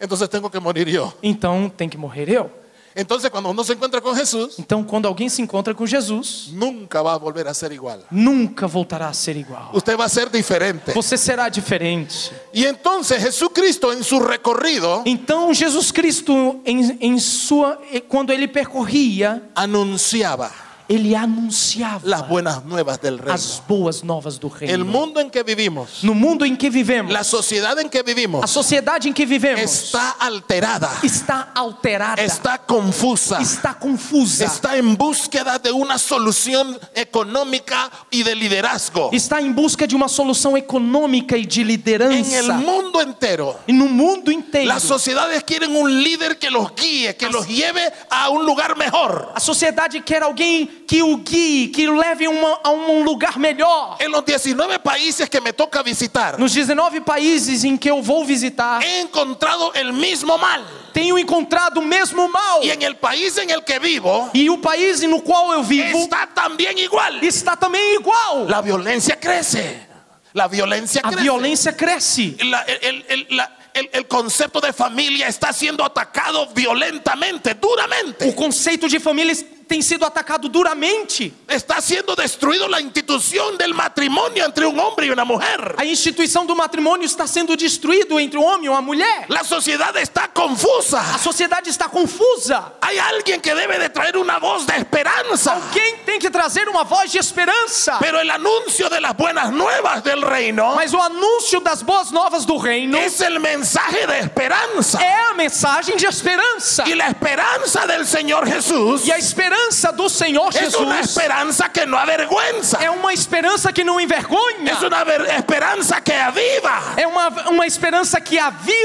Speaker 1: entonces tengo que morir yo.
Speaker 2: então tem que morrer eu.
Speaker 1: Entonces cuando uno se encuentra con Jesús,
Speaker 2: Então, quando alguém se encontra com Jesus,
Speaker 1: nunca va a volver a ser igual.
Speaker 2: nunca voltará a ser igual.
Speaker 1: Usted va a ser diferente.
Speaker 2: Você será diferente.
Speaker 1: Y entonces Jesucristo en su recorrido
Speaker 2: Então, Jesus Cristo, em, em sua, quando ele percorria,
Speaker 1: anunciaba
Speaker 2: ele anunciava
Speaker 1: las buenas nuevas del
Speaker 2: as
Speaker 1: reino.
Speaker 2: boas novas do
Speaker 1: El
Speaker 2: reino.
Speaker 1: mundo en que vivimos,
Speaker 2: No mundo em que vivemos,
Speaker 1: la sociedad en que
Speaker 2: a
Speaker 1: vivimos,
Speaker 2: sociedade em que vivemos
Speaker 1: está alterada,
Speaker 2: está alterada,
Speaker 1: está confusa,
Speaker 2: está confusa,
Speaker 1: está en búsqueda de una solución económica y de liderazgo.
Speaker 2: está em busca de uma solução econômica e de
Speaker 1: En el
Speaker 2: liderança.
Speaker 1: mundo entero,
Speaker 2: E no mundo inteiro,
Speaker 1: las sociedades quieren un líder que los guíe, que los lleve a un lugar mejor.
Speaker 2: a sociedade quer alguém que o guie, que o leve uma- a um lugar melhor.
Speaker 1: En los 19 países que me toca visitar,
Speaker 2: Nos 19 países em que eu vou visitar,
Speaker 1: he encontrado el mismo mal.
Speaker 2: tenho encontrado o mesmo mal.
Speaker 1: Y en el país en el que vivo,
Speaker 2: E o país no qual eu vivo
Speaker 1: está también igual.
Speaker 2: está também igual.
Speaker 1: La violencia crece. La violencia
Speaker 2: A
Speaker 1: crece.
Speaker 2: violência cresce.
Speaker 1: La- el, el- el- la- el- el concepto de familia está siendo atacado violentamente,
Speaker 2: O
Speaker 1: duramente.
Speaker 2: conceito de família tem sido atacado duramente.
Speaker 1: Está siendo destruido la institución del matrimonio entre un hombre y una mujer.
Speaker 2: A instituição do matrimônio está sendo destruída entre o homem e a mulher.
Speaker 1: La sociedad está
Speaker 2: A
Speaker 1: confusa.
Speaker 2: sociedade está confusa.
Speaker 1: Hay alguien que debe de traer una voz de esperanza.
Speaker 2: Quem tem que trazer uma voz de esperança?
Speaker 1: Pero el anuncio de las buenas nuevas del reino
Speaker 2: Mas o anúncio das boas novas do reino
Speaker 1: es el mensaje de esperanza.
Speaker 2: é a mensagem de esperança.
Speaker 1: Y la esperanza del Señor Jesús
Speaker 2: E a esperança do Senhor
Speaker 1: es una
Speaker 2: Jesus
Speaker 1: esperanza que no avergüenza.
Speaker 2: é uma esperança que não envergonha.
Speaker 1: Es una ver- esperanza que aviva.
Speaker 2: É uma, uma esperança que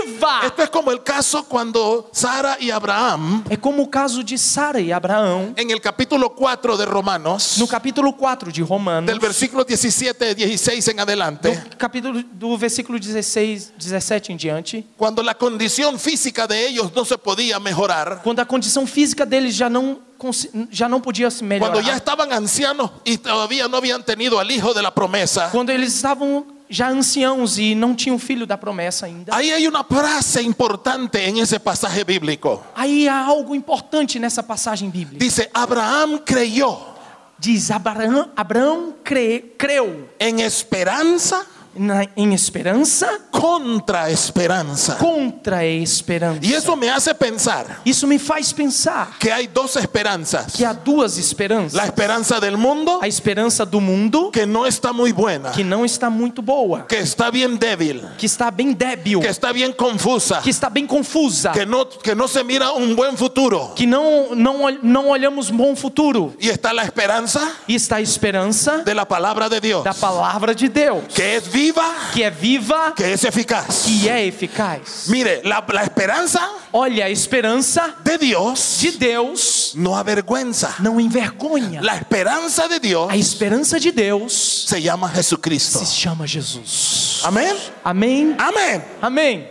Speaker 2: aviva.
Speaker 1: Esto es como el caso cuando Sara y Abraham,
Speaker 2: É como o caso de Sara e Abraão,
Speaker 1: en el capítulo 4 de Romanos,
Speaker 2: no capítulo 4 de Romanos,
Speaker 1: del versículo 17, 16 en adelante,
Speaker 2: do capítulo do versículo 16, 17 em diante,
Speaker 1: cuando la condición física de ellos no se podía mejorar,
Speaker 2: quando a condição física deles já não consi- já não podia se melhorar.
Speaker 1: cuando ya estaban ancianos y todavía no habían tenido al hijo de la promesa,
Speaker 2: Quando eles estavam já anciãos e não tinham filho da promessa ainda.
Speaker 1: ahí hay una frase importante en ese pasaje bíblico.
Speaker 2: Aí há algo importante nessa passagem bíblica.
Speaker 1: Dice, Abraham creyó
Speaker 2: Diz Abraão, Abraão cre- creu
Speaker 1: en esperanza
Speaker 2: na- em esperança
Speaker 1: contra esperanza.
Speaker 2: contra a esperança.
Speaker 1: Y eso me hace pensar
Speaker 2: Isso me faz pensar
Speaker 1: que hay dos esperanzas.
Speaker 2: que há duas esperanças.
Speaker 1: La esperanza del mundo,
Speaker 2: A esperança do mundo,
Speaker 1: que no está muy buena,
Speaker 2: que não está muito boa,
Speaker 1: que está bien débil,
Speaker 2: que está bem débil,
Speaker 1: que está bien confusa,
Speaker 2: que está bem confusa,
Speaker 1: que no, que no se mira un buen futuro.
Speaker 2: que não, não, ol- não olhamos bom futuro.
Speaker 1: Y está la esperanza
Speaker 2: E está a esperança
Speaker 1: de la palabra de Dios,
Speaker 2: da palavra de Deus,
Speaker 1: que es viva,
Speaker 2: que é viva,
Speaker 1: que es eficaz.
Speaker 2: que é eficaz.
Speaker 1: Mire, la, la esperanza
Speaker 2: Olha, a esperança
Speaker 1: de Dios
Speaker 2: de Deus
Speaker 1: no avergüenza.
Speaker 2: não envergonha.
Speaker 1: La esperanza de Dios
Speaker 2: A esperança de Deus
Speaker 1: se llama Jesucristo.
Speaker 2: se chama Jesus.
Speaker 1: Amén.
Speaker 2: Amém?
Speaker 1: Amén.
Speaker 2: Amém.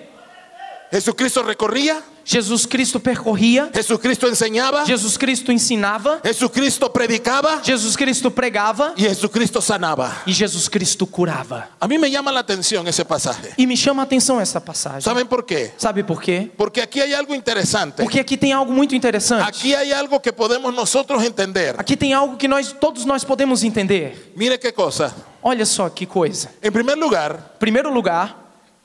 Speaker 1: Jesucristo recorría,
Speaker 2: Jesus Cristo percorria,
Speaker 1: Jesucristo enseñaba,
Speaker 2: Jesus Cristo ensinava,
Speaker 1: Jesucristo predicaba
Speaker 2: Jesus Cristo pregava
Speaker 1: y Jesucristo sanaba.
Speaker 2: e Jesus Cristo curava.
Speaker 1: A mí me llama la atención esse pasaje.
Speaker 2: E me chama a atenção essa passagem.
Speaker 1: ¿Saben por qué?
Speaker 2: Sabe por quê?
Speaker 1: Porque aquí hay algo interesante.
Speaker 2: Porque aqui tem algo muito interessante.
Speaker 1: Aquí hay algo que podemos nosotros entender.
Speaker 2: Aqui tem algo que nós todos nós podemos entender.
Speaker 1: Mire qué cosa.
Speaker 2: Olha só que coisa.
Speaker 1: En primer lugar,
Speaker 2: Em primeiro lugar,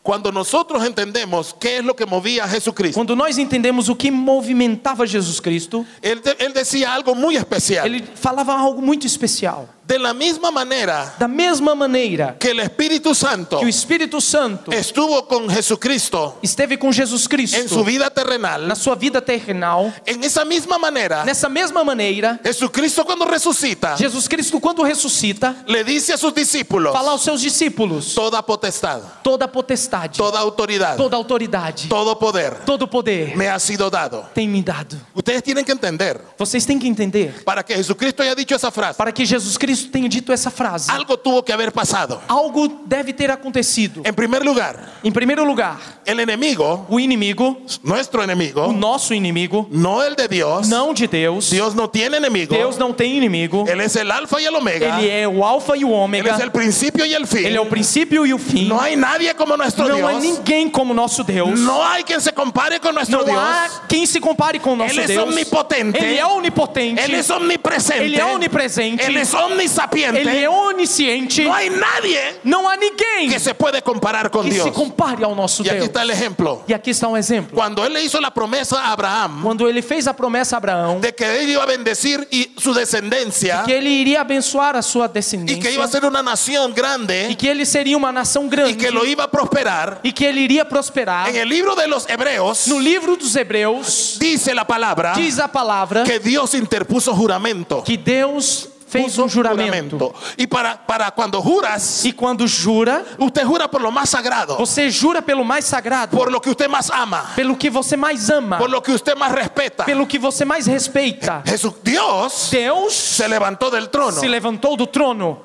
Speaker 1: cuando nosotros entendemos qué es lo que movía a Jesucristo,
Speaker 2: quando nós entendemos o que movimentava Jesus Cristo,
Speaker 1: él, de- él decía algo muy especial.
Speaker 2: ele falava algo muito especial.
Speaker 1: De la misma manera
Speaker 2: Da mesma maneira
Speaker 1: que el Espíritu Santo
Speaker 2: que o Espírito Santo
Speaker 1: É. estuvo con Jesucristo
Speaker 2: esteve com Jesus
Speaker 1: en su
Speaker 2: Cristo
Speaker 1: vida terrenal,
Speaker 2: na sua vida terrenal,
Speaker 1: en esa misma manera,
Speaker 2: nessa mesma maneira,
Speaker 1: Jesucristo cuando resucita,
Speaker 2: Jesus Cristo, quando ressuscita,
Speaker 1: le dice a sus discípulos,
Speaker 2: fala aos seus discípulos:
Speaker 1: toda potestad,
Speaker 2: toda potestade,
Speaker 1: toda autoridad,
Speaker 2: toda autoridade,
Speaker 1: todo poder
Speaker 2: todo poder
Speaker 1: me ha sido dado.
Speaker 2: tem me dado.
Speaker 1: Ustedes tienen que entender,
Speaker 2: Vocês têm que entender,
Speaker 1: para que Jesucristo haya dicho esa frase,
Speaker 2: para que Jesus Cristo tenha dito essa frase,
Speaker 1: algo tuvo que haber pasado.
Speaker 2: algo deve ter acontecido.
Speaker 1: En primer lugar,
Speaker 2: Em primeiro lugar,
Speaker 1: el enemigo,
Speaker 2: o inimigo,
Speaker 1: nuestro
Speaker 2: o
Speaker 1: enemigo,
Speaker 2: nosso inimigo,
Speaker 1: no el de Dios,
Speaker 2: não de Deus.
Speaker 1: Dios no tiene enemigo,
Speaker 2: Deus não tem inimigo.
Speaker 1: Él es el alfa y el omega,
Speaker 2: Ele
Speaker 1: Él
Speaker 2: é o alfa e o ômega.
Speaker 1: es el principio y el fin.
Speaker 2: Ele é o princípio e o fim.
Speaker 1: No hay nadie como nuestro
Speaker 2: Não há
Speaker 1: Dios.
Speaker 2: ninguém como nosso Deus.
Speaker 1: No hay quien se compare con nuestro
Speaker 2: Não
Speaker 1: Dios.
Speaker 2: há quem se compare com o nosso
Speaker 1: Ele é
Speaker 2: Deus.
Speaker 1: omnipotente.
Speaker 2: Ele é onipotente.
Speaker 1: Él es omnipresente.
Speaker 2: Ele é onipresente.
Speaker 1: Él es omnisapiente.
Speaker 2: Ele é onisciente.
Speaker 1: No hay nadie
Speaker 2: Não há ninguém
Speaker 1: que se puede comparar con
Speaker 2: que se
Speaker 1: Dios.
Speaker 2: compare ao nosso
Speaker 1: Y aquí
Speaker 2: Deus.
Speaker 1: está el ejemplo.
Speaker 2: E aqui está um exemplo.
Speaker 1: Cuando él le hizo la promesa a Abraham
Speaker 2: Quando ele fez a promessa a Abraão
Speaker 1: de que él iba a bendecir y su descendencia
Speaker 2: que ele iria abençoar a sua
Speaker 1: y que iba
Speaker 2: descendência
Speaker 1: a ser una nación
Speaker 2: e
Speaker 1: grande
Speaker 2: que ele seria uma nação
Speaker 1: y
Speaker 2: grande
Speaker 1: que lo iba a prosperar,
Speaker 2: e que ele iria prosperar.
Speaker 1: en el libro de los Hebreos
Speaker 2: Ah. No livro dos Hebreus
Speaker 1: dice la palabra
Speaker 2: diz a palavra
Speaker 1: que Dios interpuso juramento.
Speaker 2: que Deus fez um juramento.
Speaker 1: Y para, para cuando juras,
Speaker 2: E quando jura,
Speaker 1: usted jura por lo más sagrado,
Speaker 2: você jura pelo mais sagrado,
Speaker 1: por lo que usted más ama,
Speaker 2: pelo que você mais ama,
Speaker 1: por É lo que usted más respeta.
Speaker 2: pelo que você mais respeita.
Speaker 1: Jesús, Dios
Speaker 2: Deus
Speaker 1: se levantó del trono,
Speaker 2: se levantou do trono,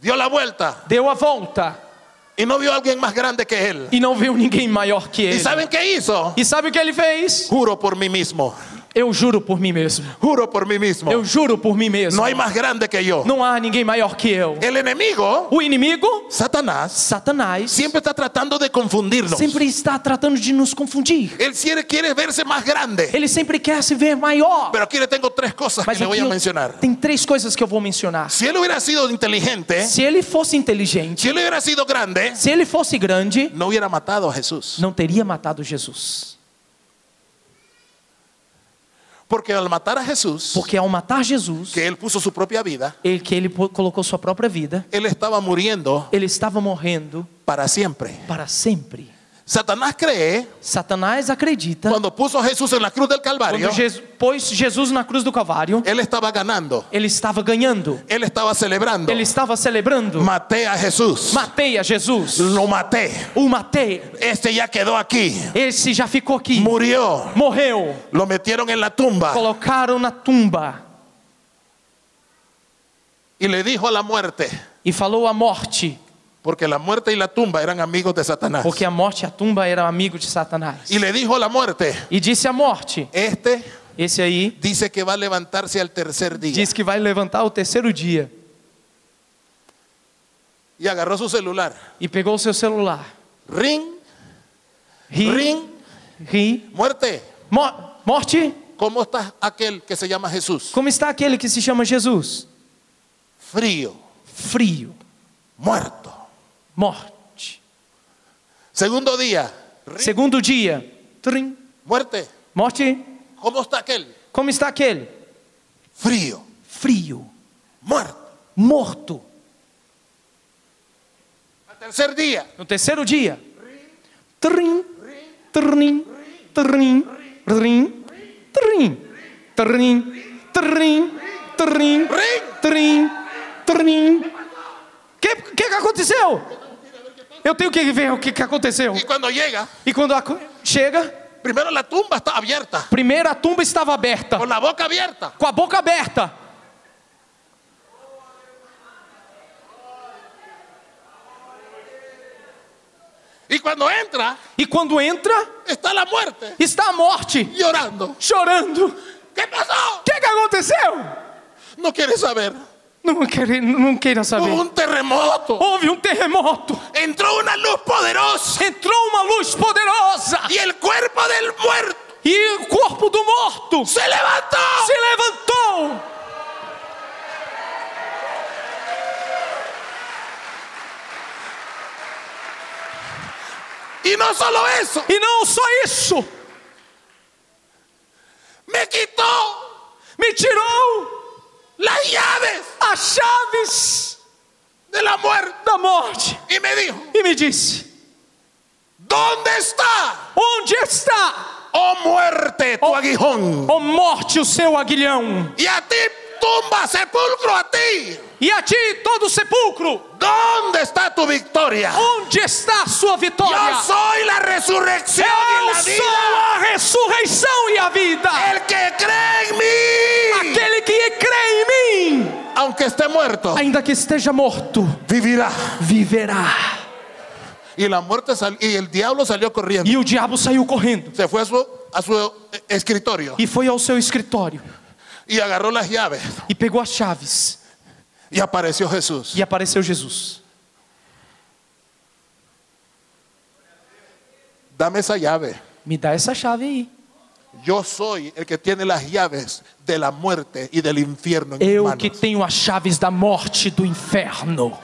Speaker 1: dio la vuelta
Speaker 2: deu a volta
Speaker 1: y no vio a alguien más grande que él.
Speaker 2: e não viu ninguém maior que
Speaker 1: ¿Y
Speaker 2: ele.
Speaker 1: saben qué hizo?
Speaker 2: E sabe o que ele fez?
Speaker 1: Juro por mí mismo,
Speaker 2: Eu juro por mim mesmo.
Speaker 1: juro por mí mismo.
Speaker 2: Eu juro por mim mesmo.
Speaker 1: No hay más grande que yo.
Speaker 2: Não há ninguém maior que eu.
Speaker 1: El enemigo,
Speaker 2: O inimigo,
Speaker 1: Satanás,
Speaker 2: Satanás,
Speaker 1: siempre está tratando de confundirnos.
Speaker 2: sempre está tratando de nos confundir.
Speaker 1: Él quiere, quiere verse más grande,
Speaker 2: Ele sempre quer se ver maior.
Speaker 1: pero aquí le tengo tres cosas que
Speaker 2: Mas
Speaker 1: le voy
Speaker 2: aqui
Speaker 1: a
Speaker 2: eu-
Speaker 1: mencionar.
Speaker 2: tem três coisas que eu vou mencionar.
Speaker 1: Si él hubiera sido inteligente,
Speaker 2: Se ele fosse inteligente,
Speaker 1: si él hubiera sido grande,
Speaker 2: se ele fosse grande,
Speaker 1: no hubiera matado a Jesús.
Speaker 2: não teria matado Jesus.
Speaker 1: Porque al matar a Jesús,
Speaker 2: Porque ao matar Jesus,
Speaker 1: que él puso su propia vida,
Speaker 2: ele, que ele po- colocou sua própria vida,
Speaker 1: él estaba muriendo
Speaker 2: ele estava morrendo
Speaker 1: para siempre.
Speaker 2: para sempre.
Speaker 1: Satanás cree,
Speaker 2: Satanás acredita
Speaker 1: cuando puso a Jesús en la cruz del Calvario,
Speaker 2: quando Jesus, pôs Jesus na cruz do Calvário,
Speaker 1: él estaba ganando,
Speaker 2: ele estava ganhando,
Speaker 1: él estaba celebrando.
Speaker 2: ele estava celebrando.
Speaker 1: Maté a Jesús,
Speaker 2: Matei a Jesus,
Speaker 1: lo maté.
Speaker 2: o matei.
Speaker 1: Este ya quedó aquí,
Speaker 2: Esse já ficou aqui,
Speaker 1: murió,
Speaker 2: morreu,
Speaker 1: lo metieron en la tumba
Speaker 2: colocaram na tumba
Speaker 1: y le dijo a la muerte,
Speaker 2: e falou a morte.
Speaker 1: porque la muerte y la tumba eran amigos de Satanás.
Speaker 2: Porque a morte e a tumba eram amigo de Satanás.
Speaker 1: Y le dijo a la muerte,
Speaker 2: E disse a morte:
Speaker 1: este
Speaker 2: Esse aí
Speaker 1: dice que va a levantarse al tercer día.
Speaker 2: diz que vai levantar o terceiro dia.
Speaker 1: Y agarró su celular.
Speaker 2: E pegou o seu celular.
Speaker 1: Ring,
Speaker 2: Ri.
Speaker 1: ring,
Speaker 2: Ri.
Speaker 1: muerte.
Speaker 2: Mo- morte,
Speaker 1: ¿Cómo está aquel que se llama Jesús?
Speaker 2: como está aquele que se chama Jesus?
Speaker 1: Frío,
Speaker 2: Frio.
Speaker 1: muerto.
Speaker 2: Morto.
Speaker 1: Segundo día,
Speaker 2: Segundo dia, trim,
Speaker 1: muerte.
Speaker 2: morte.
Speaker 1: ¿Cómo está aquel?
Speaker 2: Como está aquele?
Speaker 1: Frío,
Speaker 2: Frio,
Speaker 1: muerto.
Speaker 2: morto.
Speaker 1: Al tercer día,
Speaker 2: No terceiro dia, trim, trim, trim, trim, trim, trim, trim, trim, trim, trim. Que que que aconteceu? Eu tenho que ver o que que aconteceu.
Speaker 1: y cuando llega,
Speaker 2: E quando a co- chega,
Speaker 1: primero la tumba está abierta,
Speaker 2: primeiro a tumba estava aberta,
Speaker 1: con la boca abierta.
Speaker 2: com a boca aberta.
Speaker 1: Y cuando entra,
Speaker 2: E quando entra,
Speaker 1: está la muerte
Speaker 2: está a morte
Speaker 1: llorando.
Speaker 2: chorando.
Speaker 1: ¿Qué pasó?
Speaker 2: O que que aconteceu?
Speaker 1: No quiere saber.
Speaker 2: Não queira, não queira saber.
Speaker 1: Hubo un terremoto.
Speaker 2: Houve um terremoto.
Speaker 1: Entró una luz poderosa
Speaker 2: Entrou uma luz poderosa.
Speaker 1: y el cuerpo del muerto
Speaker 2: E o corpo do morto
Speaker 1: se levantó.
Speaker 2: se levantou.
Speaker 1: Y no solo eso,
Speaker 2: E não só isso.
Speaker 1: me quitó
Speaker 2: Me tirou
Speaker 1: las llaves
Speaker 2: as chaves
Speaker 1: de la muerte
Speaker 2: da morte.
Speaker 1: y me dijo,
Speaker 2: E me disse:
Speaker 1: ¿dónde está,
Speaker 2: Onde está,
Speaker 1: oh muerte, tu aguijón?
Speaker 2: ó morte, o seu aguilhão?
Speaker 1: Y a ti, tumba, sepulcro, a ti,
Speaker 2: E a ti todo o sepulcro.
Speaker 1: ¿dónde está tu victoria?
Speaker 2: Onde está a sua vitória?
Speaker 1: Yo soy la resurrección y
Speaker 2: Eu
Speaker 1: la
Speaker 2: sou
Speaker 1: vida.
Speaker 2: a ressurreição e a vida.
Speaker 1: El que cree en mí,
Speaker 2: Aquele que crê em mim,
Speaker 1: aunque esté muerto,
Speaker 2: ainda que esteja morto,
Speaker 1: vivirá.
Speaker 2: viverá.
Speaker 1: Y la muerte sal- y el diablo salió corriendo.
Speaker 2: E o diabo saiu correndo
Speaker 1: Se fue a su, a su eh, escritorio
Speaker 2: e foi ao seu escritório
Speaker 1: y agarró las llaves
Speaker 2: e pegou as chaves
Speaker 1: y apareció Jesús.
Speaker 2: e apareceu Jesus.
Speaker 1: Dame esa llave.
Speaker 2: Me dá essa chave aí.
Speaker 1: Yo soy el que tiene las llaves de la muerte y del infierno en mis
Speaker 2: Eu que
Speaker 1: manos.
Speaker 2: tenho as chaves da morte e do inferno.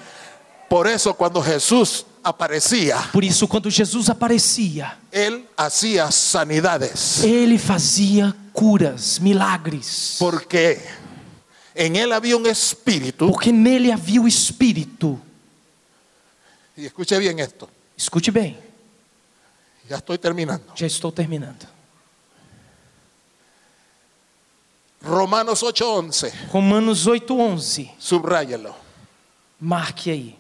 Speaker 1: Por eso cuando Jesús aparecía,
Speaker 2: Por isso, quando Jesus aparecia,
Speaker 1: él hacía sanidades,
Speaker 2: ele fazia curas, milagres,
Speaker 1: porque en él había un espíritu
Speaker 2: porque nele havia o Espírito.
Speaker 1: y escuche bien esto.
Speaker 2: Escute bem,
Speaker 1: Ya estoy terminando.
Speaker 2: já estou terminando.
Speaker 1: Romanos 8:11,
Speaker 2: Romanos 8:11,
Speaker 1: subráyalo.
Speaker 2: marque aí.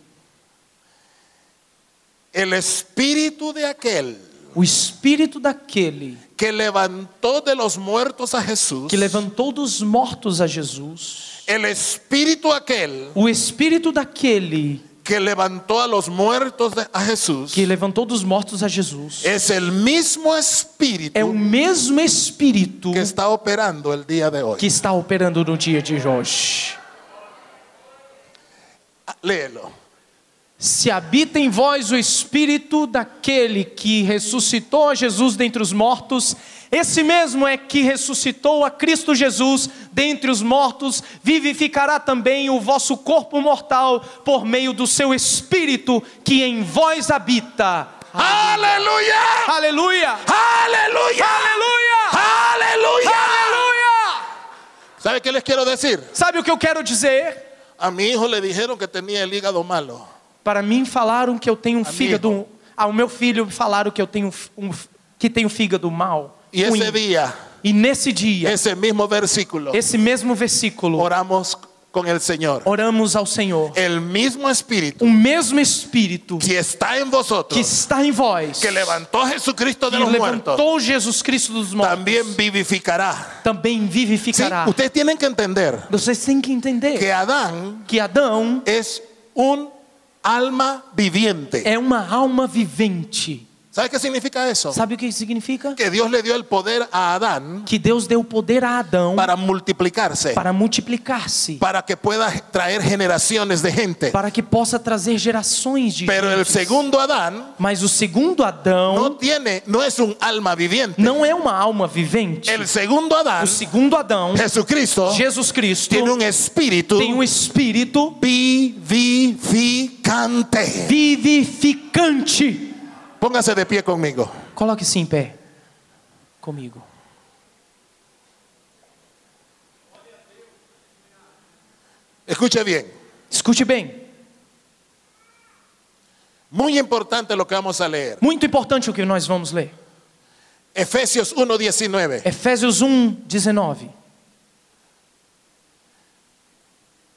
Speaker 1: El espíritu de aquel
Speaker 2: O espírito daquele
Speaker 1: que levantó de los muertos a Jesús,
Speaker 2: que levantou dos mortos a Jesus,
Speaker 1: el espíritu aquel
Speaker 2: o espírito daquele
Speaker 1: que levantó a los muertos de- a Jesús,
Speaker 2: que levantou dos mortos a Jesus
Speaker 1: es el mismo espíritu
Speaker 2: é o mesmo espírito
Speaker 1: que está operando el día de
Speaker 2: que
Speaker 1: hoy.
Speaker 2: está operando no dia de hoje.
Speaker 1: Ah, Léelo.
Speaker 2: Se habita em vós o espírito daquele que ressuscitou a Jesus dentre os mortos, esse mesmo é que ressuscitou a Cristo Jesus dentre os mortos, vivificará também o vosso corpo mortal por meio do seu espírito que em vós habita.
Speaker 1: Ah! Aleluya.
Speaker 2: Aleluia!
Speaker 1: Aleluya.
Speaker 2: Aleluia!
Speaker 1: Aleluya.
Speaker 2: Aleluia!
Speaker 1: ¿Sabe qué les quiero decir?
Speaker 2: Sabe o que eu quero dizer?
Speaker 1: A mi hijo le dijeron que tenía el hígado malo.
Speaker 2: Para mim falaram que eu tenho um
Speaker 1: Amigo.
Speaker 2: fígado. Ao meu filho falaram que eu tenho um, que tenho fígado mal.
Speaker 1: Y
Speaker 2: ruim.
Speaker 1: ese día,
Speaker 2: E nesse dia,
Speaker 1: ese mismo versículo,
Speaker 2: esse mesmo versículo,
Speaker 1: oramos con el Señor.
Speaker 2: oramos ao Senhor.
Speaker 1: El mismo espíritu
Speaker 2: O mesmo Espírito
Speaker 1: que está en
Speaker 2: que
Speaker 1: vosotros,
Speaker 2: está em vós,
Speaker 1: que é levantó a Jesucristo de
Speaker 2: que
Speaker 1: los muertos,
Speaker 2: levantou Jesus Cristo dos mortos,
Speaker 1: también vivificará.
Speaker 2: também
Speaker 1: ¿Sí?
Speaker 2: vivificará.
Speaker 1: Ustedes tienen que entender
Speaker 2: Vocês têm que entender
Speaker 1: que é- Adán
Speaker 2: que Adão
Speaker 1: es un alma viviente.
Speaker 2: é uma alma vivente.
Speaker 1: ¿Sabe qué significa eso?
Speaker 2: Sabe o que isso significa?
Speaker 1: Que Dios le dio el poder a Adán
Speaker 2: que Deus deu poder a Adão
Speaker 1: para multiplicarse,
Speaker 2: para multiplicar-se,
Speaker 1: para que pueda traer generaciones de gente.
Speaker 2: para que possa trazer gerações de
Speaker 1: Pero el
Speaker 2: gentes.
Speaker 1: segundo Adán
Speaker 2: Mas o segundo
Speaker 1: no
Speaker 2: Adão
Speaker 1: tiene, no es un alma viviente.
Speaker 2: não é uma alma vivente.
Speaker 1: El segundo Adán,
Speaker 2: O segundo Adão,
Speaker 1: Jesucristo,
Speaker 2: Jesus Cristo,
Speaker 1: tiene un espíritu
Speaker 2: tem um espírito
Speaker 1: vivificante.
Speaker 2: vivificante.
Speaker 1: Póngase de pie conmigo.
Speaker 2: Coloque-se em pé comigo.
Speaker 1: Escuche bien.
Speaker 2: Escute bem.
Speaker 1: Muy importante lo que vamos a leer.
Speaker 2: Muito importante o que nós vamos ler.
Speaker 1: Efesios 1:19.
Speaker 2: Efésios 1, 19.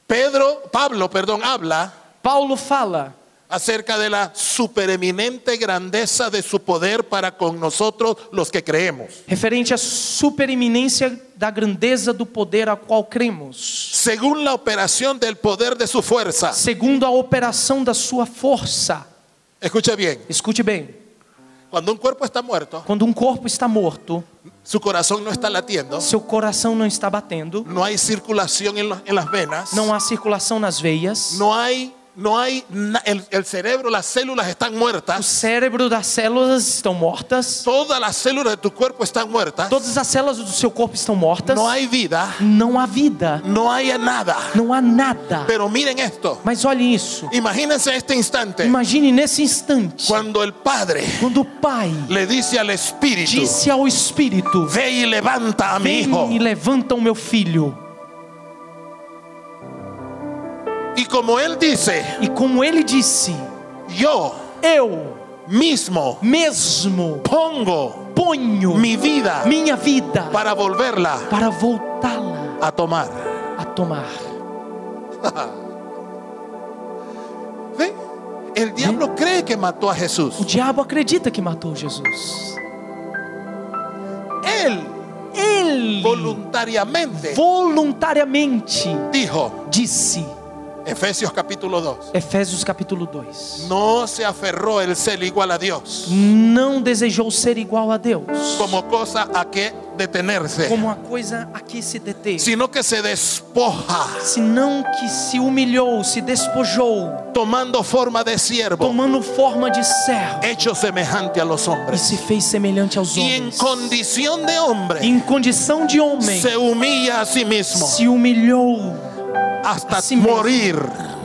Speaker 1: Pedro, Pablo, perdón, habla
Speaker 2: Paulo fala
Speaker 1: acerca de la supereminente grandeza de su poder para con nosotros los que creemos.
Speaker 2: referente à supereminência da grandeza do poder a qual cremos,
Speaker 1: Según la operação del poder de su fuerza.
Speaker 2: segundo a operação da sua força.
Speaker 1: Escuche bien.
Speaker 2: Escute bem:
Speaker 1: Cuando un cuerpo está muerto,
Speaker 2: quando um corpo está morto,
Speaker 1: su corazón no está latiendo,
Speaker 2: seu coração não está batendo,
Speaker 1: no hay circulación en, lo- en las venas,
Speaker 2: não há circulação nas veias,
Speaker 1: no hay, no hay, na- el, el cerebro, las células están
Speaker 2: o
Speaker 1: muertas,
Speaker 2: cérebro das células estão mortas,
Speaker 1: todas las células de tu cuerpo están muertas,
Speaker 2: todas as células do seu corpo estão mortas,
Speaker 1: no hay vida,
Speaker 2: não há vida,
Speaker 1: no hay nada.
Speaker 2: não há nada.
Speaker 1: Pero miren esto,
Speaker 2: Mas olhe isso.
Speaker 1: imagínense este instante,
Speaker 2: Imagine nesse instante,
Speaker 1: cuando el Padre
Speaker 2: quando o Pai
Speaker 1: le dice al Espíritu,
Speaker 2: disse ao Espírito:
Speaker 1: ve y levanta a mi hijo.
Speaker 2: Vem e levanta o meu filho.
Speaker 1: Y como él dice,
Speaker 2: E como ele disse,
Speaker 1: yo
Speaker 2: eu
Speaker 1: mismo
Speaker 2: mesmo
Speaker 1: pongo
Speaker 2: ponho
Speaker 1: mi vida
Speaker 2: minha vida
Speaker 1: para volverla
Speaker 2: para voltá-la
Speaker 1: a tomar.
Speaker 2: a tomar.
Speaker 1: ¿Ve? El diablo cree que mató a Jesús.
Speaker 2: O diabo acredita que matou Jesus.
Speaker 1: Él
Speaker 2: Ele
Speaker 1: voluntariamente
Speaker 2: voluntariamente
Speaker 1: dijo,
Speaker 2: disse,
Speaker 1: Efesios capítulo 2,
Speaker 2: Efésios capítulo 2,
Speaker 1: no se aferró el ser igual a Dios
Speaker 2: não desejou ser igual a Deus,
Speaker 1: como cosa a que detenerse,
Speaker 2: como a coisa a que se deteve,
Speaker 1: sino que se despoja
Speaker 2: senão que se humilhou, se despojou,
Speaker 1: tomando forma de siervo,
Speaker 2: tomando forma de servo.
Speaker 1: hecho semejante a los
Speaker 2: e
Speaker 1: hombres.
Speaker 2: se fez semelhante aos
Speaker 1: Y en
Speaker 2: homens.
Speaker 1: condición de hombre
Speaker 2: Em condição de homem,
Speaker 1: se humilla a sí mismo
Speaker 2: se humilhou
Speaker 1: hasta
Speaker 2: Así mismo.
Speaker 1: morir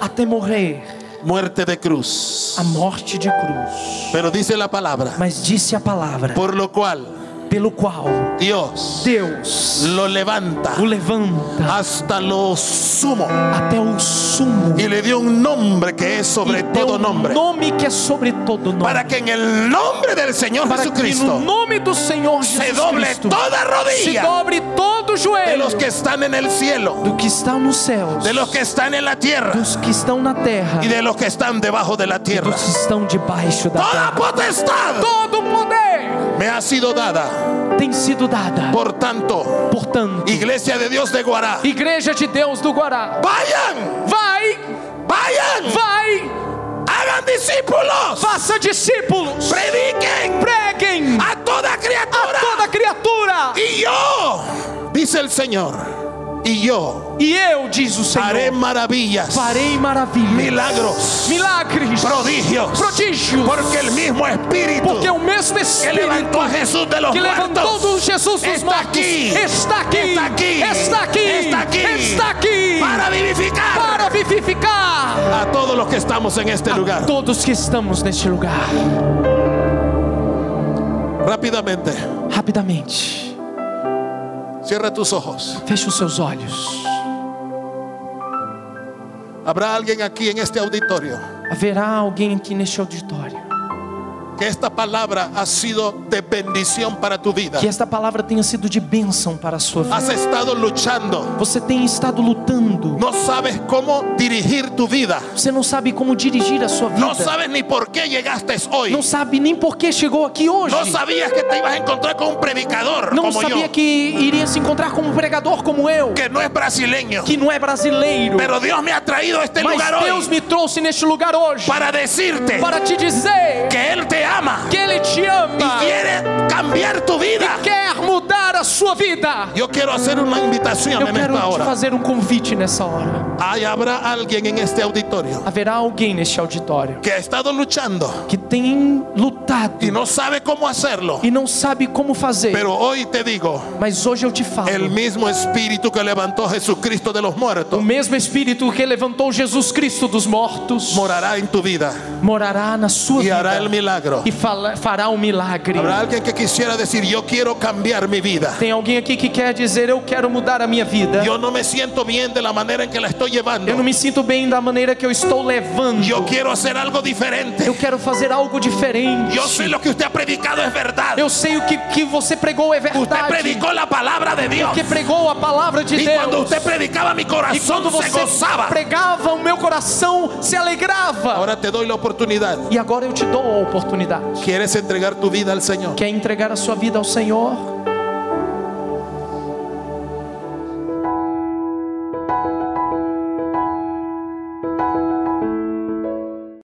Speaker 2: até morrer
Speaker 1: muerte de cruz.
Speaker 2: a morte de cruz.
Speaker 1: Pero dice la palabra,
Speaker 2: Mas disse a palavra,
Speaker 1: por lo cual
Speaker 2: pelo qual
Speaker 1: Dios
Speaker 2: Deus
Speaker 1: lo levanta
Speaker 2: o levanta
Speaker 1: hasta lo sumo
Speaker 2: até o sumo
Speaker 1: y le dio un nombre que es sobre
Speaker 2: e deu
Speaker 1: todo nombre,
Speaker 2: nome que é sobre todo nome,
Speaker 1: para que en el nombre del Señor
Speaker 2: para que no
Speaker 1: Jesucristo
Speaker 2: nome do Senhor Jesus
Speaker 1: se doble
Speaker 2: Cristo
Speaker 1: toda
Speaker 2: se
Speaker 1: rodilla
Speaker 2: dobre todo o
Speaker 1: de
Speaker 2: joelho
Speaker 1: los que están en el cielo,
Speaker 2: do que está nos céus,
Speaker 1: de los que están en la tierra
Speaker 2: dos que estão na terra
Speaker 1: y de los que están debajo de la
Speaker 2: e
Speaker 1: tierra.
Speaker 2: dos que estão debaixo da
Speaker 1: Toda
Speaker 2: terra.
Speaker 1: potestad
Speaker 2: Todo o poder
Speaker 1: me ha sido dada.
Speaker 2: tem sido dada.
Speaker 1: Por tanto,
Speaker 2: Portanto,
Speaker 1: Iglesia de Dios de Guará,
Speaker 2: Igreja de Deus do Guará,
Speaker 1: vayan,
Speaker 2: vai,
Speaker 1: vayan,
Speaker 2: vai,
Speaker 1: hagan discípulos,
Speaker 2: faça discípulos,
Speaker 1: prediquen
Speaker 2: preguem a
Speaker 1: a toda criatura.
Speaker 2: toda criatura.
Speaker 1: Y yo, dice el Señor, y yo
Speaker 2: E eu, diz o
Speaker 1: haré
Speaker 2: Senhor,
Speaker 1: maravillas,
Speaker 2: farei maravilhas,
Speaker 1: milagros,
Speaker 2: milagres,
Speaker 1: prodigios,
Speaker 2: prodígios,
Speaker 1: porque el mismo Espíritu
Speaker 2: porque o mesmo
Speaker 1: que
Speaker 2: Espírito
Speaker 1: levantó a Jesús de los
Speaker 2: que levantou do
Speaker 1: muertos
Speaker 2: Jesus dos
Speaker 1: está
Speaker 2: mortos
Speaker 1: aquí,
Speaker 2: está aqui,
Speaker 1: está aquí,
Speaker 2: está aqui,
Speaker 1: está aquí,
Speaker 2: está aqui,
Speaker 1: para vivificar
Speaker 2: para vivificar
Speaker 1: a todos los que estamos en este lugar.
Speaker 2: todos que estamos neste lugar.
Speaker 1: Rápidamente,
Speaker 2: Rapidamente,
Speaker 1: cierra tus ojos.
Speaker 2: feche os seus olhos.
Speaker 1: Habrá alguien aquí en este auditorio
Speaker 2: Haverá alguém aqui neste auditório
Speaker 1: que esta palabra ha sido de bendición para tu vida.
Speaker 2: que esta palavra tenha sido de bênção para a sua vida.
Speaker 1: Has estado luchando,
Speaker 2: Você tem estado lutando,
Speaker 1: no sabes cómo dirigir tu vida.
Speaker 2: você não sabe como dirigir a sua
Speaker 1: No
Speaker 2: vida,
Speaker 1: sabes ni por qué llegaste hoy.
Speaker 2: não sabe nem por que chegou aqui hoje,
Speaker 1: No sabías que te ibas a encontrar con un predicador
Speaker 2: não
Speaker 1: como
Speaker 2: sabia
Speaker 1: yo,
Speaker 2: que iria se encontrar como um pregador como eu,
Speaker 1: que no es brasileño.
Speaker 2: que não é brasileiro,
Speaker 1: Pero Dios me ha traído a este
Speaker 2: mas
Speaker 1: lugar
Speaker 2: Deus
Speaker 1: hoy
Speaker 2: me trouxe neste lugar hoje
Speaker 1: para decirte
Speaker 2: para te dizer
Speaker 1: que Él te ama
Speaker 2: que Ele te
Speaker 1: y
Speaker 2: ama
Speaker 1: quiere cambiar tu vida.
Speaker 2: e quer mudar a da sua vida.
Speaker 1: Yo quiero hacer una invitación
Speaker 2: Eu
Speaker 1: en esta
Speaker 2: quero te
Speaker 1: hora.
Speaker 2: fazer um convite nessa hora.
Speaker 1: Ahí habrá alguien en este auditorio
Speaker 2: Haverá alguém neste auditório
Speaker 1: que ha estado luchando
Speaker 2: que tem lutado
Speaker 1: y no sabe cómo hacerlo.
Speaker 2: e não sabe como fazer.
Speaker 1: Pero hoy te digo,
Speaker 2: Mas hoje eu te falo.
Speaker 1: el mismo espíritu que levantó a Jesucristo de los
Speaker 2: O
Speaker 1: muertos
Speaker 2: mesmo Espírito que levantou Jesus Cristo dos mortos
Speaker 1: morará en tu vida
Speaker 2: morará na sua
Speaker 1: y hará
Speaker 2: vida
Speaker 1: el milagro.
Speaker 2: e fala- fará um milagre.
Speaker 1: Habrá alguien que quisiera decir, yo quiero cambiar mi vida.
Speaker 2: Tem alguém aqui que quer dizer: Eu quero mudar a minha vida.
Speaker 1: Yo no me siento bien de la manera en que la estoy
Speaker 2: Eu não
Speaker 1: llevando.
Speaker 2: me sinto bem da maneira que eu estou levando.
Speaker 1: Yo quiero hacer algo diferente.
Speaker 2: Eu quero fazer algo diferente.
Speaker 1: Yo sé lo que usted ha predicado es verdad.
Speaker 2: Eu sei o que, que você pregou é
Speaker 1: Usted
Speaker 2: verdade.
Speaker 1: predicó la palabra de Dios.
Speaker 2: Que pregou a palavra de
Speaker 1: Y cuando
Speaker 2: Deus.
Speaker 1: usted predicaba, mi
Speaker 2: E quando
Speaker 1: corazón se
Speaker 2: você
Speaker 1: gozaba.
Speaker 2: pregava, o meu coração se alegrava.
Speaker 1: Ahora te doy la oportunidad.
Speaker 2: E agora eu te dou a oportunidade.
Speaker 1: ¿Quieres entregar tu vida al Señor?
Speaker 2: Quer entregar a sua vida ao Senhor?